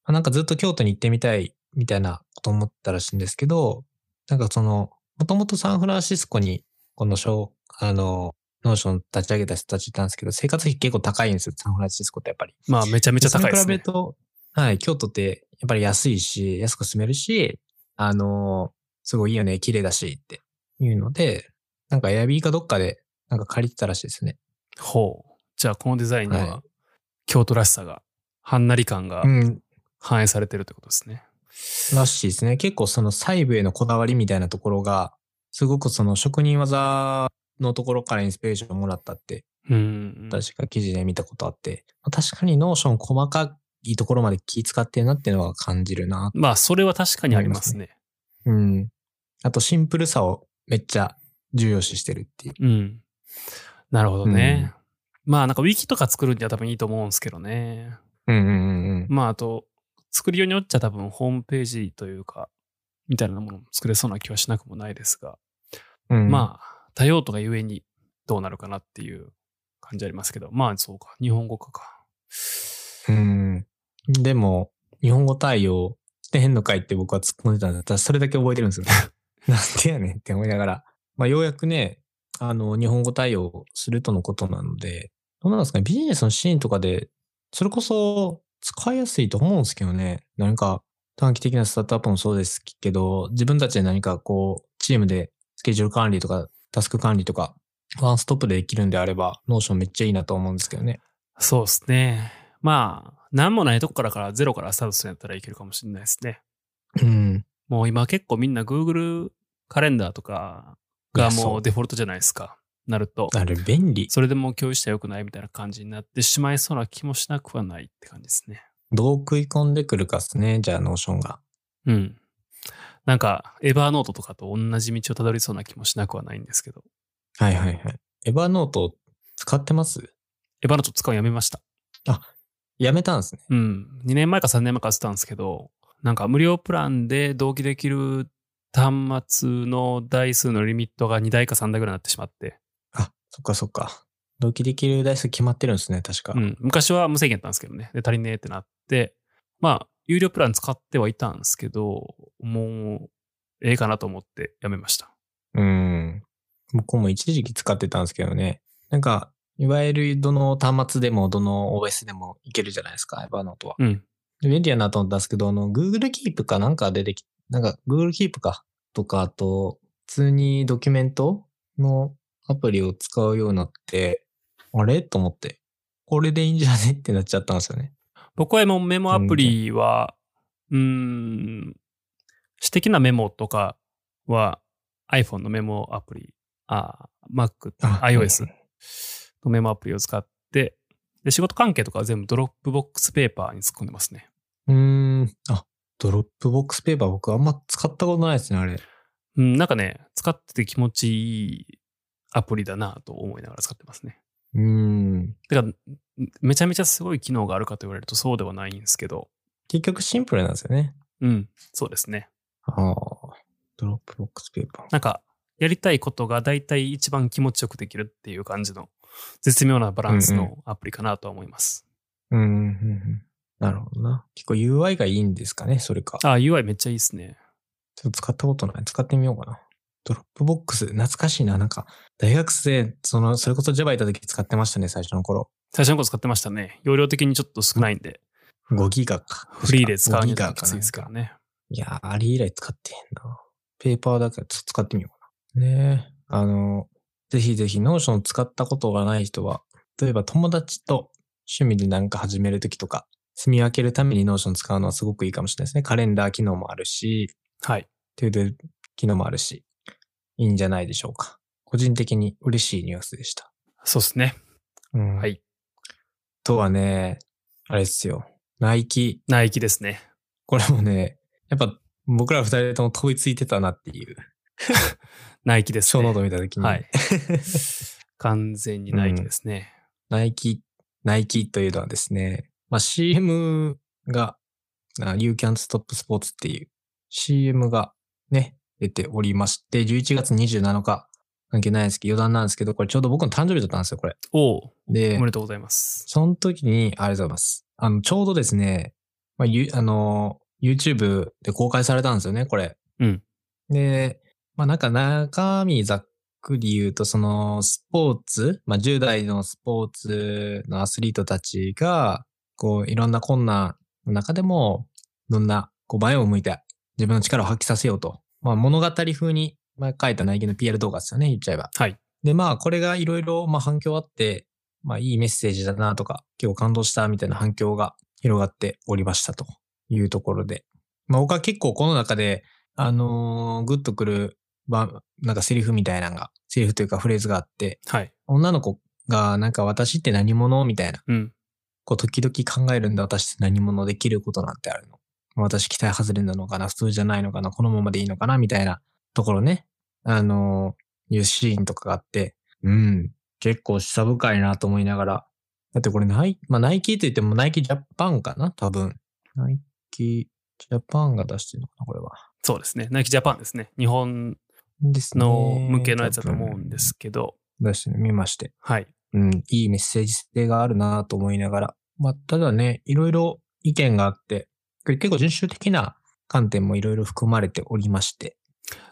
Speaker 3: あなんかずっと京都に行ってみたいみたいなこと思ったらしいんですけど、なんかその、もともとサンフランシスコに、この小、あの、ノーション立ち上げた人たちいたんですけど、生活費結構高いんですよ、サンフランシスコってやっぱり。
Speaker 2: まあめちゃめちゃ高いで
Speaker 3: そ
Speaker 2: す
Speaker 3: れに
Speaker 2: ね
Speaker 3: 比べる。と、はい、京都ってやっぱり安いし、安く住めるし、あの、すごいいいよね、綺麗だしっていうので、なんかエアビーかどっかでなんか借りてたらしいですね。
Speaker 2: ほう。じゃあこのデザインに
Speaker 3: は
Speaker 2: は京都らしさが、はんなり感が
Speaker 3: うん、
Speaker 2: 反映されてるってことですね。
Speaker 3: らしいですね。結構その細部へのこだわりみたいなところが、すごくその職人技のところからインスピレーションをもらったって、
Speaker 2: うん。
Speaker 3: 確か記事で見たことあって、まあ確かにノーション細かいところまで気使ってるなっていうのは感じるな。
Speaker 2: まあそれは確かにありますね。
Speaker 3: うん。あとシンプルさをめっちゃ重要視してるっていう。
Speaker 2: うん。なるほどね。まあなんかウィキとか作るには多分いいと思うんですけどね。
Speaker 3: うんうんうん
Speaker 2: まああと、作りようによっちゃ多分ホームページというか、みたいなものも作れそうな気はしなくもないですが、
Speaker 3: うん。うん、
Speaker 2: まあ多用途がゆえにどうなるかなっていう感じありますけど、まあそうか、日本語化か。
Speaker 3: うん。でも、日本語対応してへんのかいって僕は突っ込んでたんで、私それだけ覚えてるんです よ。なんでやねんって思いながら。まあ、ようやくね、あの、日本語対応するとのことなので、どうなんですかね、ビジネスのシーンとかで、それこそ使いやすいと思うんですけどね。何か短期的なスタートアップもそうですけど、自分たちで何かこう、チームでスケジュール管理とか、タスク管理とか、ワンストップでできるんであれば、ノーションめっちゃいいなと思うんですけどね。
Speaker 2: そうですね。まあ、なんもないとこからからゼロからスタートするんやったらいけるかもしれないですね。
Speaker 3: うん。
Speaker 2: もう今結構みんな Google カレンダーとかが
Speaker 3: いやそ
Speaker 2: も
Speaker 3: う
Speaker 2: うデフォルトじゃないですか。なると、
Speaker 3: あれ便利。
Speaker 2: それでもう共有したらよくないみたいな感じになってしまいそうな気もしなくはないって感じですね。
Speaker 3: どう食い込んでくるかっすね、じゃあ、ノーションが。
Speaker 2: うん。なんか、エバーノートとかと同じ道をたどりそうな気もしなくはないんですけど。
Speaker 3: はいはいはい。エバーノート使ってます
Speaker 2: エバーノート使うのやめました。
Speaker 3: やめたんですね。
Speaker 2: うん。2年前か3年前かやってたんですけど、なんか無料プランで同期できる端末の台数のリミットが2台か3台ぐらいになってしまって、
Speaker 3: あ、そっかそっか。同期できる台数決まってるんですね、確か。
Speaker 2: うん。昔は無制限だったんですけどね。で、足りねえってなって、まあ、有料プラン使ってはいたんですけど、もう、ええかなと思ってやめました。
Speaker 3: うん。僕も一時期使ってたんですけどね。なんか、いわゆるどの端末でもどの OS でもいけるじゃないですか、エバーノートは。
Speaker 2: うん。
Speaker 3: で便利やなと思ったんですけど、あの、Google Keep かなんか出てき、なんか Google Keep かとか、あと、普通にドキュメントのアプリを使うようになって、あれと思って、これでいいんじゃねってなっちゃったんですよね。
Speaker 2: 僕はもうメモアプリは、うーん、私的なメモとかは iPhone のメモアプリ、あ Mac、
Speaker 3: あはい
Speaker 2: iOS のメモアプリを使って、で仕事関係とかは全部ドロップボックスペーパーに突っ込んでますね。
Speaker 3: うーん。あ、ドロップボックスペーパー僕あんま使ったことないですね、あれ。
Speaker 2: うん、なんかね、使ってて気持ちいいアプリだなと思いながら使ってますね。
Speaker 3: うーん。
Speaker 2: だから、めちゃめちゃすごい機能があるかと言われるとそうではないんですけど、
Speaker 3: 結局シンプルなんですよね。
Speaker 2: うん、そうですね。
Speaker 3: ああ。ドロップボックスペーパー。
Speaker 2: なんか、やりたいことが大体一番気持ちよくできるっていう感じの絶妙なバランス
Speaker 3: うん
Speaker 2: のアプリかなとは思います。
Speaker 3: うんうんうんうん。なるほどな。結構 UI がいいんですかね、それか。
Speaker 2: ああ、UI めっちゃいいですね。
Speaker 3: ちょっと使ったことない。使ってみようかな。ドロップボックス、懐かしいな。なんか、大学生、その、それこそ Java いた時使ってましたね、最初の頃。
Speaker 2: 最初のこと使ってましたね。容量的にちょっと少ないんで、
Speaker 3: 5ギガか。
Speaker 2: フリーで使う
Speaker 3: 5
Speaker 2: に
Speaker 3: ギ
Speaker 2: は
Speaker 3: ガ
Speaker 2: き
Speaker 3: か
Speaker 2: つい
Speaker 3: な
Speaker 2: ですからね。
Speaker 3: いやー、あれ以来使ってへんな。ペーパーだけどちょっと使ってみようかな。ねえ。あの、ぜひぜひ、ノーション使ったことがない人は、例えば友達と趣味でなんか始めるときとか、住み分けるためにノーション使うのはすごくいいかもしれないですね。カレンダー機能もあるし、
Speaker 2: はい。
Speaker 3: トゥードゥ機能もあるし、いいんじゃないでしょうか。個人的に嬉しいニュアンスでした。
Speaker 2: そうですね。
Speaker 3: うん
Speaker 2: はい。
Speaker 3: あとはね、あれですよ。ナイキ。
Speaker 2: ナイキですね。
Speaker 3: これもね、やっぱ僕ら二人とも飛びついてたなっていう、
Speaker 2: ナイキです
Speaker 3: 小ノー
Speaker 2: ね。
Speaker 3: ト見たときに、
Speaker 2: はい。完全にナイキですね。
Speaker 3: ナイキ、ナイキというのはですね、まあ、CM が、あ You Can't Stop Sports っていう CM がね、出ておりまして、11月27日、関係ないですけど、余談なんですけど、これちょうど僕の誕生日だったんですよ、これ。
Speaker 2: おう
Speaker 3: で
Speaker 2: おめでとうございます。
Speaker 3: その時に、ありがとうございます。あの、ちょうどですね、まあ、ゆあの、YouTube で公開されたんですよね、これ。
Speaker 2: うん。
Speaker 3: で、まあ、なんか中身ざっくり言うと、その、スポーツ、まあ、10代のスポーツのアスリートたちが、こう、いろんな困難の中でも、どんな、こう、前を向いて、自分の力を発揮させようと。まあ、物語風に、まあ、書いた内イキの PR 動画ですよね、言っちゃえば。
Speaker 2: はい。
Speaker 3: で、まあ、これがいろいろ、まあ、反響あって、まあ、いいメッセージだなとか、結構感動したみたいな反響が広がっておりましたというところで。まあ、僕は結構この中で、あのーグッとくる、ばなんかセリフみたいなのが、セリフというかフレーズがあって、
Speaker 2: はい。
Speaker 3: 女の子がなんか私って何者みたいな、
Speaker 2: うん。
Speaker 3: こう時々考えるんだ私って何者できることなんてあるの私期待外れなのかな普通じゃないのかなこのままでいいのかなみたいなところね。あのー、いうシーンとかがあって、うん、結構下深いなと思いながら。だってこれナイ、まあナイキといってもナイキジャパンかな多分。ナイキジャパンが出してるのかなこれは。
Speaker 2: そうですね。ナイキジャパンですね。日本
Speaker 3: ですね
Speaker 2: の向けのやつだと思うんで。すけど、
Speaker 3: 多分出して見まして。
Speaker 2: はい。
Speaker 3: うん、いいメッセージ性があるなと思いながら。まあ、ただね、いろいろ意見があって、これ結構人種的な観点もいろいろ含まれておりまして。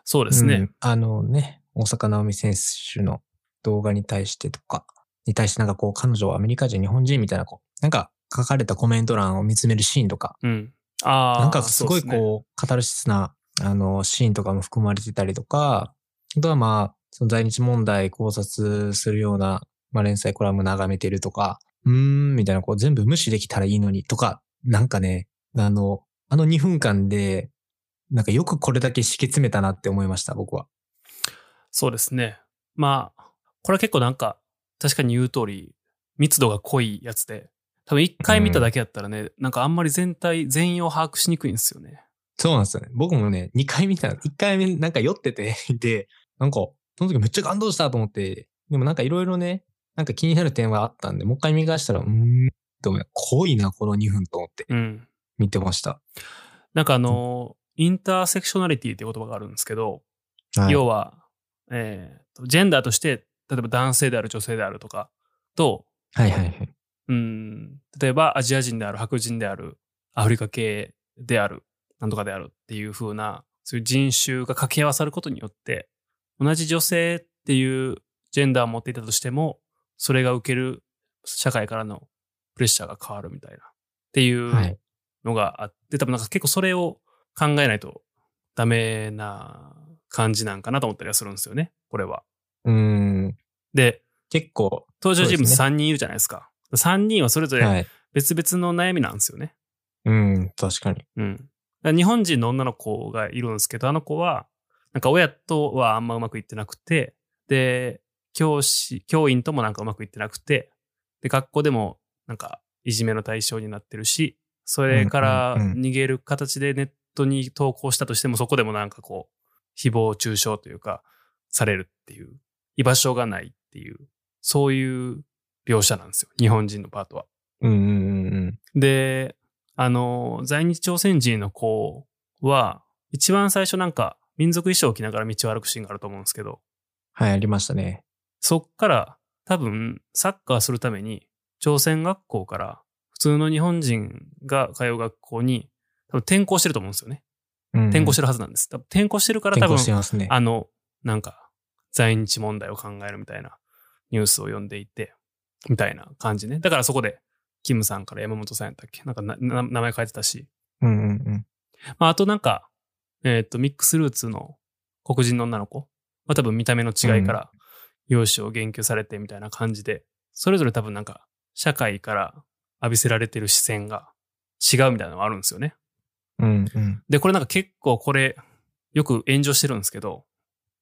Speaker 2: そうですね。
Speaker 3: うんあのね、大坂なおみ選手の動画に対してとか、に対してなんかこう、彼女はアメリカ人、日本人みたいな、こう、なんか書かれたコメント欄を見つめるシーンとか、
Speaker 2: うん。ああ。
Speaker 3: なんかすごい
Speaker 2: そうですね
Speaker 3: こう、カタルシスな、あの、シーンとかも含まれてたりとか、あとはまあ、その在日問題考察するような、まあ連載コラム眺めてるとか、うーん、みたいな、こう全部無視できたらいいのにとか、なんかね、あの、あの2分間で、なんかよくこれだけ敷き詰めたなって思いました、僕は。
Speaker 2: そうですね。まあ、これは結構なんか、確かに言う通り、密度が濃いやつで、多分一回見ただけやったらね、なんかあんまり全体、全容把握しにくいんですよね。
Speaker 3: そうなんですよね。僕もね、2回見た、1回目なんか酔ってて、 で、なんか、その時めっちゃ感動したと思って、でもなんかいろいろね、なんか気になる点はあったんで、もう一回見返したら、うーん、でも濃いな、この2分と思って
Speaker 2: うん。
Speaker 3: 見てました。
Speaker 2: なんかあのーインターセクショナリティって言葉があるんですけど、
Speaker 3: はい
Speaker 2: 要は、えーとジェンダーとして、例えば男性である女性であるとか、と、
Speaker 3: はいはいはい。
Speaker 2: うん、例えばアジア人である白人であるアフリカ系であるなんとかであるっていう風なそういう人種が掛け合わさることによって同じ女性っていうジェンダーを持っていたとしてもそれが受ける社会からのプレッシャーが変わるみたいなっていう
Speaker 3: はい。
Speaker 2: のがあって、多分なんか結構それを考えないとダメな感じなんかなと思ったりはするんですよねこれは。
Speaker 3: うーん、
Speaker 2: で
Speaker 3: 結構、
Speaker 2: 登場人物
Speaker 3: そうですね
Speaker 2: 3人いるじゃないですか。3人はそれぞれ
Speaker 3: はい。
Speaker 2: 別々の悩みなんですよね。
Speaker 3: うん、確かに。
Speaker 2: うん。だから日本人の女の子がいるんですけど、あの子は、なんか親とはあんまうまくいってなくて、で、教師、教員ともなんかうまくいってなくて、で、学校でもなんかいじめの対象になってるし、それから
Speaker 3: うんうんうん
Speaker 2: 逃げる形でネットに投稿したとしても、そこでもなんかこう、誹謗中傷というか、されるっていう、居場所がないっていう、そういう描写なんですよ。日本人のパートは。
Speaker 3: うんうんうんうん。
Speaker 2: で、あの、在日朝鮮人の子は、一番最初なんか、民族衣装を着ながら道を歩くシーンがあると思うんですけど、
Speaker 3: はい、ありましたね。
Speaker 2: そっから多分サッカーするために朝鮮学校から普通の日本人が通う学校に多分転校してると思うんですよね。
Speaker 3: うん
Speaker 2: 転校して
Speaker 3: る
Speaker 2: るはずなんです。多分転校してるから多
Speaker 3: 転校
Speaker 2: 分
Speaker 3: してますね。
Speaker 2: あの、なんか、在日問題を考えるみたいなニュースを読んでいて、みたいな感じね。だからそこで、キムさんから山本さんやったっけなんかなな名前変えてたし。
Speaker 3: うんうんうん。
Speaker 2: まあ、あとなんか、えーっと、ミックスルーツの黒人の女の子は多分見た目の違いから、容姿を言及されてみたいな感じで、それぞれ多分なんか、社会から浴びせられてる視線が違うみたいなのがあるんですよね。
Speaker 3: うんうん。
Speaker 2: で、これなんか結構これ、よく炎上してるんですけど、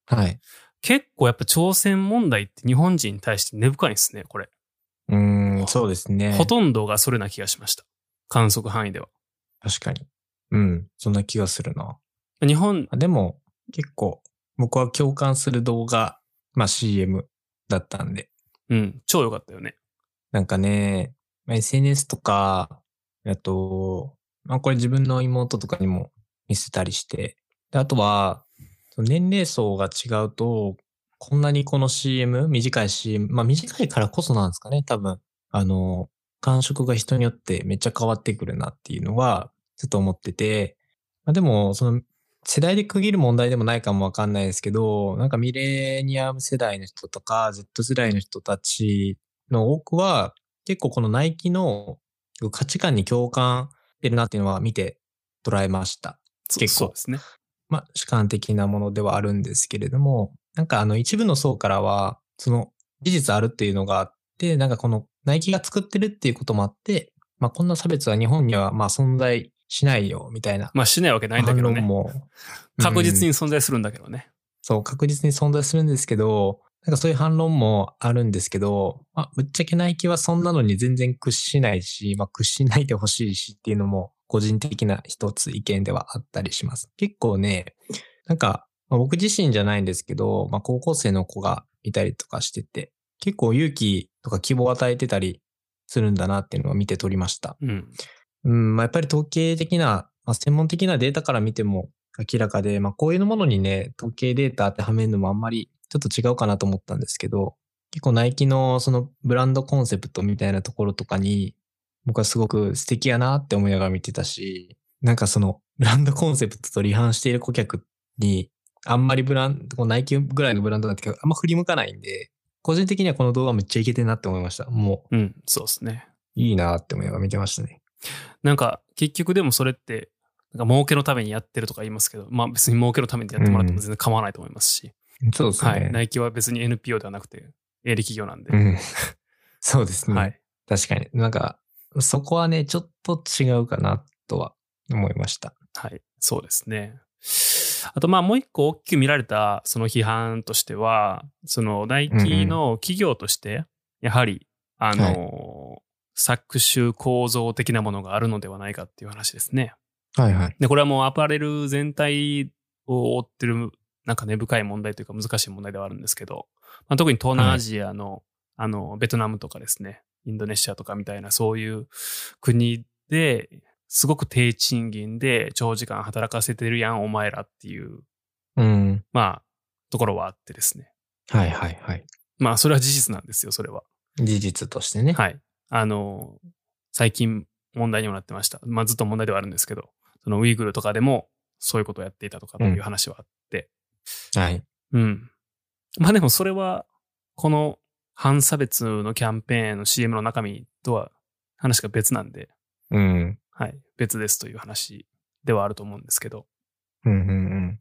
Speaker 3: はい。
Speaker 2: 結構やっぱ朝鮮問題って日本人に対して根深いんですね、これ。
Speaker 3: うーん、そうですね。
Speaker 2: ほとんどがそれな気がしました。観測範囲では。
Speaker 3: 確かに。うん、そんな気がするな。
Speaker 2: 日本、
Speaker 3: あでも、結構、僕は共感する動画、まあ CM だったんで、
Speaker 2: うん、超良かったよね。
Speaker 3: なんかね、まあ SNS とか、あと、まあこれ自分の妹とかにも見せたりして、であとは、その年齢層が違うと、こんなにこの CM、短い CM、まあ短いからこそなんですかね、多分、あの、感触が人によってめっちゃ変わってくるなっていうのは、ちょっと思ってて、まあでも、その、世代で区切る問題でもないかもわかんないですけど、なんかミレニアム世代の人とか、Z 世代の人たちの多くは、結構このナイキの価値観に共感してるなっていうのは見て捉えました。
Speaker 2: そ
Speaker 3: 結
Speaker 2: そ
Speaker 3: 構
Speaker 2: うですね。
Speaker 3: まあ、主観的なものではあるんですけれども、なんかあの一部の層からは、その事実あるっていうのがあって、なんかこのナイキが作ってるっていうこともあって、まあこんな差別は日本にはまあ存在しないよみたいな
Speaker 2: まあしないわけないんだ
Speaker 3: 反
Speaker 2: けど
Speaker 3: 論
Speaker 2: ね。
Speaker 3: も、
Speaker 2: 確実
Speaker 3: うん
Speaker 2: に存在するんだけどね。
Speaker 3: そう、確実に存在するんですけど、なんかそういう反論もあるんですけど、まあ、ぶっちゃけナイキはそんなのに全然屈しないし、まあ、屈しないでほしいしっていうのも、個人的な一つ意見ではあったりします。結構ね、なんか、まあ僕自身じゃないんですけど、まあ、高校生の子がいたりとかしてて、結構勇気とか希望を与えてたりするんだなっていうのを見て取りました。
Speaker 2: うん。
Speaker 3: うん、まあ、やっぱり統計的な、まあ、専門的なデータから見ても明らかで、まあ、こういうものにね、統計データ当てはめるのもあんまりちょっと違うかなと思ったんですけど、結構ナイキのそのブランドコンセプトみたいなところとかに、僕はすごく素敵やなって思いながら見てたし、なんかそのブランドコンセプトと離反している顧客に、あんまりブランド、こうナイキぐらいのブランドなんてあんま振り向かないんで、個人的にはこの動画めっちゃいけてるなって思いました。もう
Speaker 2: うん、そうですね。
Speaker 3: いいなって思いながら見てましたね。
Speaker 2: なんか結局でもそれって、なんか儲けのためにやってるとか言いますけど、まあ別に儲けのためにやってもらっても全然構わないと思いますし、
Speaker 3: そうですね。
Speaker 2: はい。ナイキは別に NPO ではなくて、営利企業なんで。
Speaker 3: うん。 そうですね。
Speaker 2: はい。
Speaker 3: 確かに。なんか、そこはね、ちょっと違うかなとは思いました。
Speaker 2: はい。そうですね。あとまあもう一個大きく見られたその批判としては、そのナイキの企業として、やはり、あの、
Speaker 3: は
Speaker 2: 搾取構造的なものがあるのではないかっていう話ですね。
Speaker 3: はいはい。
Speaker 2: で、これはもうアパレル全体を覆ってる、なんか根深い問題というか難しい問題ではあるんですけど、まあ、特に東南アジアの、あの、ベトナムとかですね、インドネシアとかみたいなそういう国で、すごく低賃金で長時間働かせてるやん、お前らっていう、
Speaker 3: うん。
Speaker 2: まあ、ところはあってですね。
Speaker 3: はいはいはい。
Speaker 2: まあ、それは事実なんですよ、それは。
Speaker 3: 事実としてね。
Speaker 2: はい。あの、最近問題にもなってました。まあ、ずっと問題ではあるんですけど、そのウイグルとかでもそういうことをやっていたとかっていう話はあって。
Speaker 3: はい。
Speaker 2: うん。まあでもそれは、この反差別のキャンペーンの CM の中身とは話が別なんで、
Speaker 3: うん。
Speaker 2: はい。別ですという話ではあると思うんですけど。
Speaker 3: うんうんうん。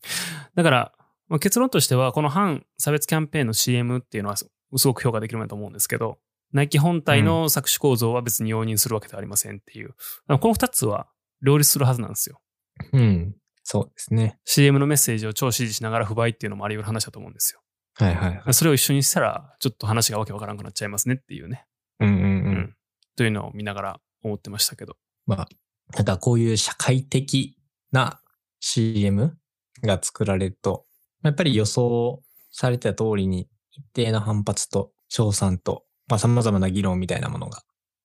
Speaker 2: だから、まあ結論としては、この反差別キャンペーンの CM っていうのはすすごく評価できるものだと思うんですけど、ナイキ本体の搾取構造は別に容認するわけではありませんっていう、あのこの2つは両立するはずなんですよ。
Speaker 3: うん。そうですね。
Speaker 2: CM のメッセージを超支持しながら不買っていうのもあり得る話だと思うんですよ。
Speaker 3: はいはい。
Speaker 2: それを一緒にしたら、ちょっと話がわけわからなくなっちゃいますねっていうね、
Speaker 3: うんうんう
Speaker 2: うんん。というのを見ながら思ってましたけど。
Speaker 3: ただこういう社会的な CM が作られると、やっぱり予想されてた通りに一定の反発と称賛と、まあ様々な議論みたいなものが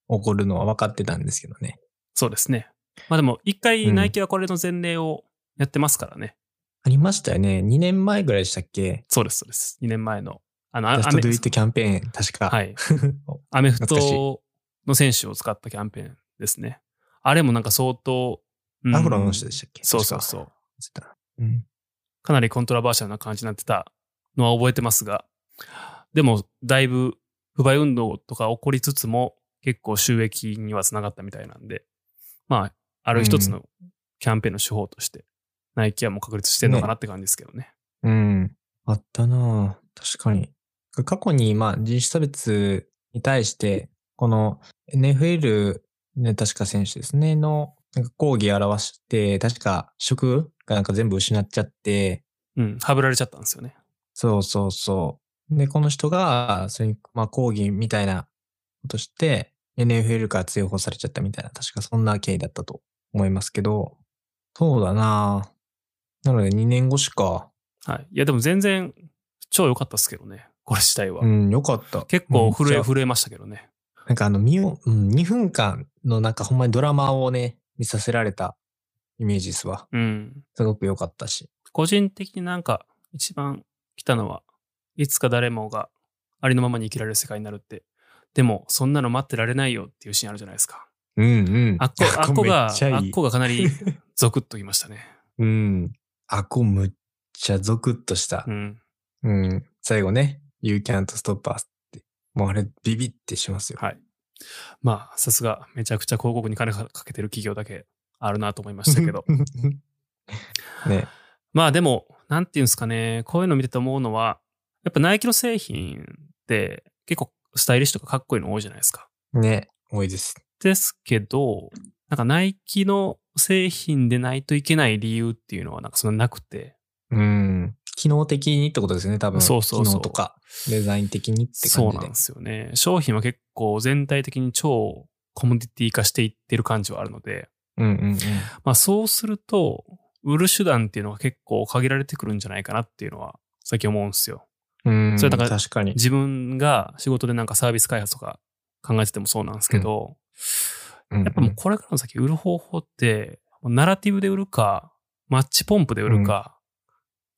Speaker 3: 起こるのは分かってたんですけどね。
Speaker 2: そうですね。まあでも、一回
Speaker 3: うん
Speaker 2: ナイキはこれの前例をやってますからね。
Speaker 3: ありましたよね。2年前ぐらいでしたっけ
Speaker 2: そうです、そうです。2年前の。あの、あ
Speaker 3: ラスト
Speaker 2: 雨
Speaker 3: ドゥイットキャンペーン、確か。
Speaker 2: はい。アメフトの選手を使ったキャンペーンですね。あれもなんか相当。うん
Speaker 3: アフロの人でしたっけ
Speaker 2: そうそうそう。
Speaker 3: 確か忘れた
Speaker 2: かなりコントラバーシャルな感じになってたのは覚えてますが、でもだいぶ不買運動とか起こりつつも結構収益にはつながったみたいなんで、まあ、ある一つのキャンペーンの手法として、ナイキはもう確立してるのかなって感じですけどね。
Speaker 3: うん。うん。あったなぁ確かに。過去に、まあ、人種差別に対して、この NFL、ね、確か選手ですね、の、なんか抗議を表して、確か職がなんか全部失っちゃって、
Speaker 2: うん。はぶられちゃったんですよね。
Speaker 3: そうそうそう。で、この人が、それに、まあ、抗議みたいなことして、NFL から追放されちゃったみたいな、確かそんな経緯だったと思いますけど、そうだなぁなので2年越しか。
Speaker 2: はい。いや、でも全然超良かったですけどね。これ自体は。
Speaker 3: うん、よかった。
Speaker 2: 結構
Speaker 3: うん
Speaker 2: 震
Speaker 3: じゃ
Speaker 2: え、
Speaker 3: あ
Speaker 2: 震えましたけどね。
Speaker 3: なんかあの、みよ、うん、2分間のなんかほんまにドラマをね、見させられたイメージですわ。
Speaker 2: うん。
Speaker 3: すごく良かったし。
Speaker 2: 個人的になんか一番来たのは、いつか誰もがありのままに生きられる世界になるって。でも、そんなの待ってられないよっていうシーンあるじゃないですか。
Speaker 3: うんうん
Speaker 2: あっこ、あっこが、
Speaker 3: めっちゃ
Speaker 2: あ
Speaker 3: い
Speaker 2: っ
Speaker 3: い。
Speaker 2: こがかなりゾクッときましたね。
Speaker 3: うん。あっこむっちゃゾクッとした
Speaker 2: う。ん。
Speaker 3: うん。最後ね、You can't stop us って。もうあれ、ビビってしますよ。
Speaker 2: はい。まあ、さすが、めちゃくちゃ広告に金かけてる企業だけあるなと思いましたけ ど。。
Speaker 3: ね。
Speaker 2: まあでも、なんていうんですかね、こういうの見てて思うのは、やっぱナイキの製品って結構スタイリッシュとかかっこいいの多いじゃないですか。
Speaker 3: ね。多いです。
Speaker 2: ですけど、なんかナイキの製品でないといけない理由っていうのはなんかそんななくて、
Speaker 3: うん。機能的にってことですよね、多分。
Speaker 2: そうそうそう
Speaker 3: 機能とか、デザイン的にって
Speaker 2: そ
Speaker 3: 感
Speaker 2: う
Speaker 3: じ
Speaker 2: なん
Speaker 3: で
Speaker 2: で。すよね。商品は結構全体的に超コモディティ化していってる感じはあるので、
Speaker 3: うんうんうん。
Speaker 2: まあそうすると、売る手段っていうのが結構限られてくるんじゃないかなっていうのは、最近思うんですよ。
Speaker 3: うん、
Speaker 2: それだから
Speaker 3: 確かに。
Speaker 2: 自分が仕事でなんかサービス開発とか考えててもそうなんですけど、
Speaker 3: うんうん
Speaker 2: やっぱもうこれからの先売る方法って、ナラティブで売るか、マッチポンプで売るか、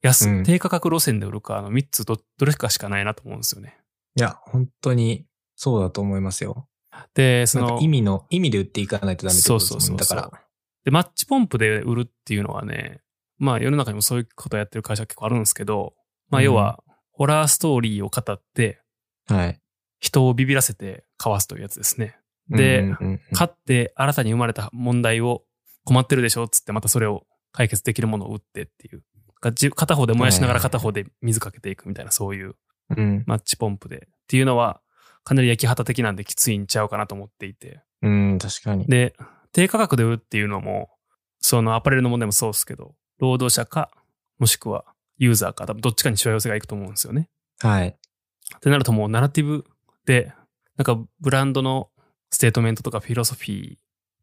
Speaker 2: 安、
Speaker 3: うん
Speaker 2: 低価格路線で売るかの3つど、どれかしかないなと思うんですよね。
Speaker 3: いや、本当にそうだと思いますよ。
Speaker 2: で、そ
Speaker 3: その
Speaker 2: の、
Speaker 3: 意味の、意味で売っていかないとダメってことです
Speaker 2: そうそ
Speaker 3: もん
Speaker 2: うそう
Speaker 3: だ
Speaker 2: そう
Speaker 3: から。
Speaker 2: で、マッチポンプで売るっていうのはね、まあ世の中にもそういうことやってる会社結構あるんですけど、まあ要は、ホラーストーリーを語って、
Speaker 3: はい。
Speaker 2: 人をビビらせてかわすというやつですね。で、
Speaker 3: うんうんうん
Speaker 2: 勝って新たに生まれた問題を困ってるでしょっつってまたそれを解決できるものを打ってっていう。がじ片方で燃やしながら
Speaker 3: はいはい
Speaker 2: 片方で水かけていくみたいなそういう
Speaker 3: うん、
Speaker 2: マッチポンプでっていうのはかなり焼き畑的なんできついんちゃうかなと思っていて。
Speaker 3: うん、確かに。
Speaker 2: で、低価格で売るっていうのもそのアパレルの問題もそうですけど、労働者かもしくはユーザーか、多分どっちかにしわ寄せがいくと思うんですよね。
Speaker 3: はい。
Speaker 2: ってなるともうナラティブで、なんかブランドのステートメントとかフィロソフィー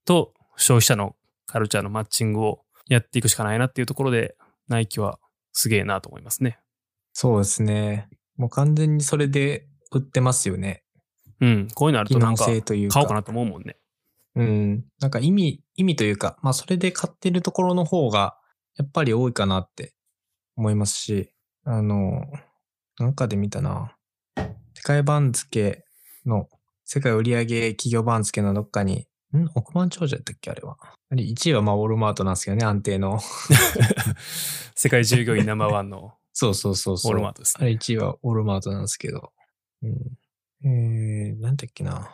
Speaker 2: と消費者のカルチャーのマッチングをやっていくしかないなっていうところで、ナイキはすげえなと思いますね。
Speaker 3: そうですね。もう完全にそれで売ってますよね。
Speaker 2: うん。こういうのある
Speaker 3: 機
Speaker 2: とな
Speaker 3: 能
Speaker 2: んか
Speaker 3: 性というか。
Speaker 2: 買おうかなと思うもんね。
Speaker 3: うん。なんか意味、意味というか、まあそれで買ってるところの方が、やっぱり多いかなって思いますし、あの、なんかで見たな。世界番付の、世界売上企業番付のどっかに、ん億万長者だったっけあれは。あれ1位はまあウォルマートなんですけどね、安定の。
Speaker 2: 世界従業員ナンバーワンの
Speaker 3: そうそうそう
Speaker 2: ウ
Speaker 3: そう。
Speaker 2: ォルマートです
Speaker 3: あ
Speaker 2: ね。
Speaker 3: れ1位はオールマートなんですけど。うん。えー、なんだっけな。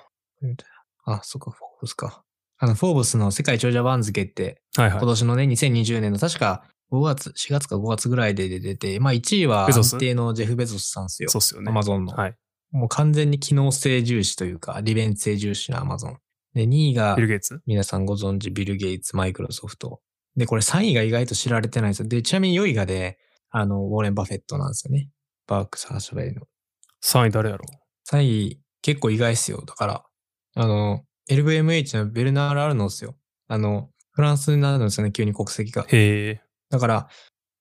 Speaker 3: あ、そっか、フォーブスか。あの、フォーブスの世界長者番付って、
Speaker 2: はい
Speaker 3: 今
Speaker 2: はい。
Speaker 3: 年のね、2020年の確か5月、4月か5月ぐらいで出てて、まあ1位は
Speaker 2: ベゾス
Speaker 3: 安定のジェフ・ベゾスさんですよ
Speaker 2: そ。うっすよね
Speaker 3: ア。マゾンの。
Speaker 2: はい。
Speaker 3: もう完全に機能性重視というか、利便性重視のアマゾン。で、2位が
Speaker 2: ビ、ル・ゲイツ
Speaker 3: 皆さんご存知、ビル・ゲイツ、マイクロソフト。で、これ3位が意外と知られてないんですよ。で、ちなみに4位がで、あの、ウォーレン・バフェットなんですよね。バークス・ハーシュベイの。
Speaker 2: ?3 位誰やろ
Speaker 3: 3位、結構意外っすよ。だから、あの、LVMH のベルナール・アルノーっすよ。あの、フランスになるんですよね、急に国籍が。
Speaker 2: へえ。
Speaker 3: だから、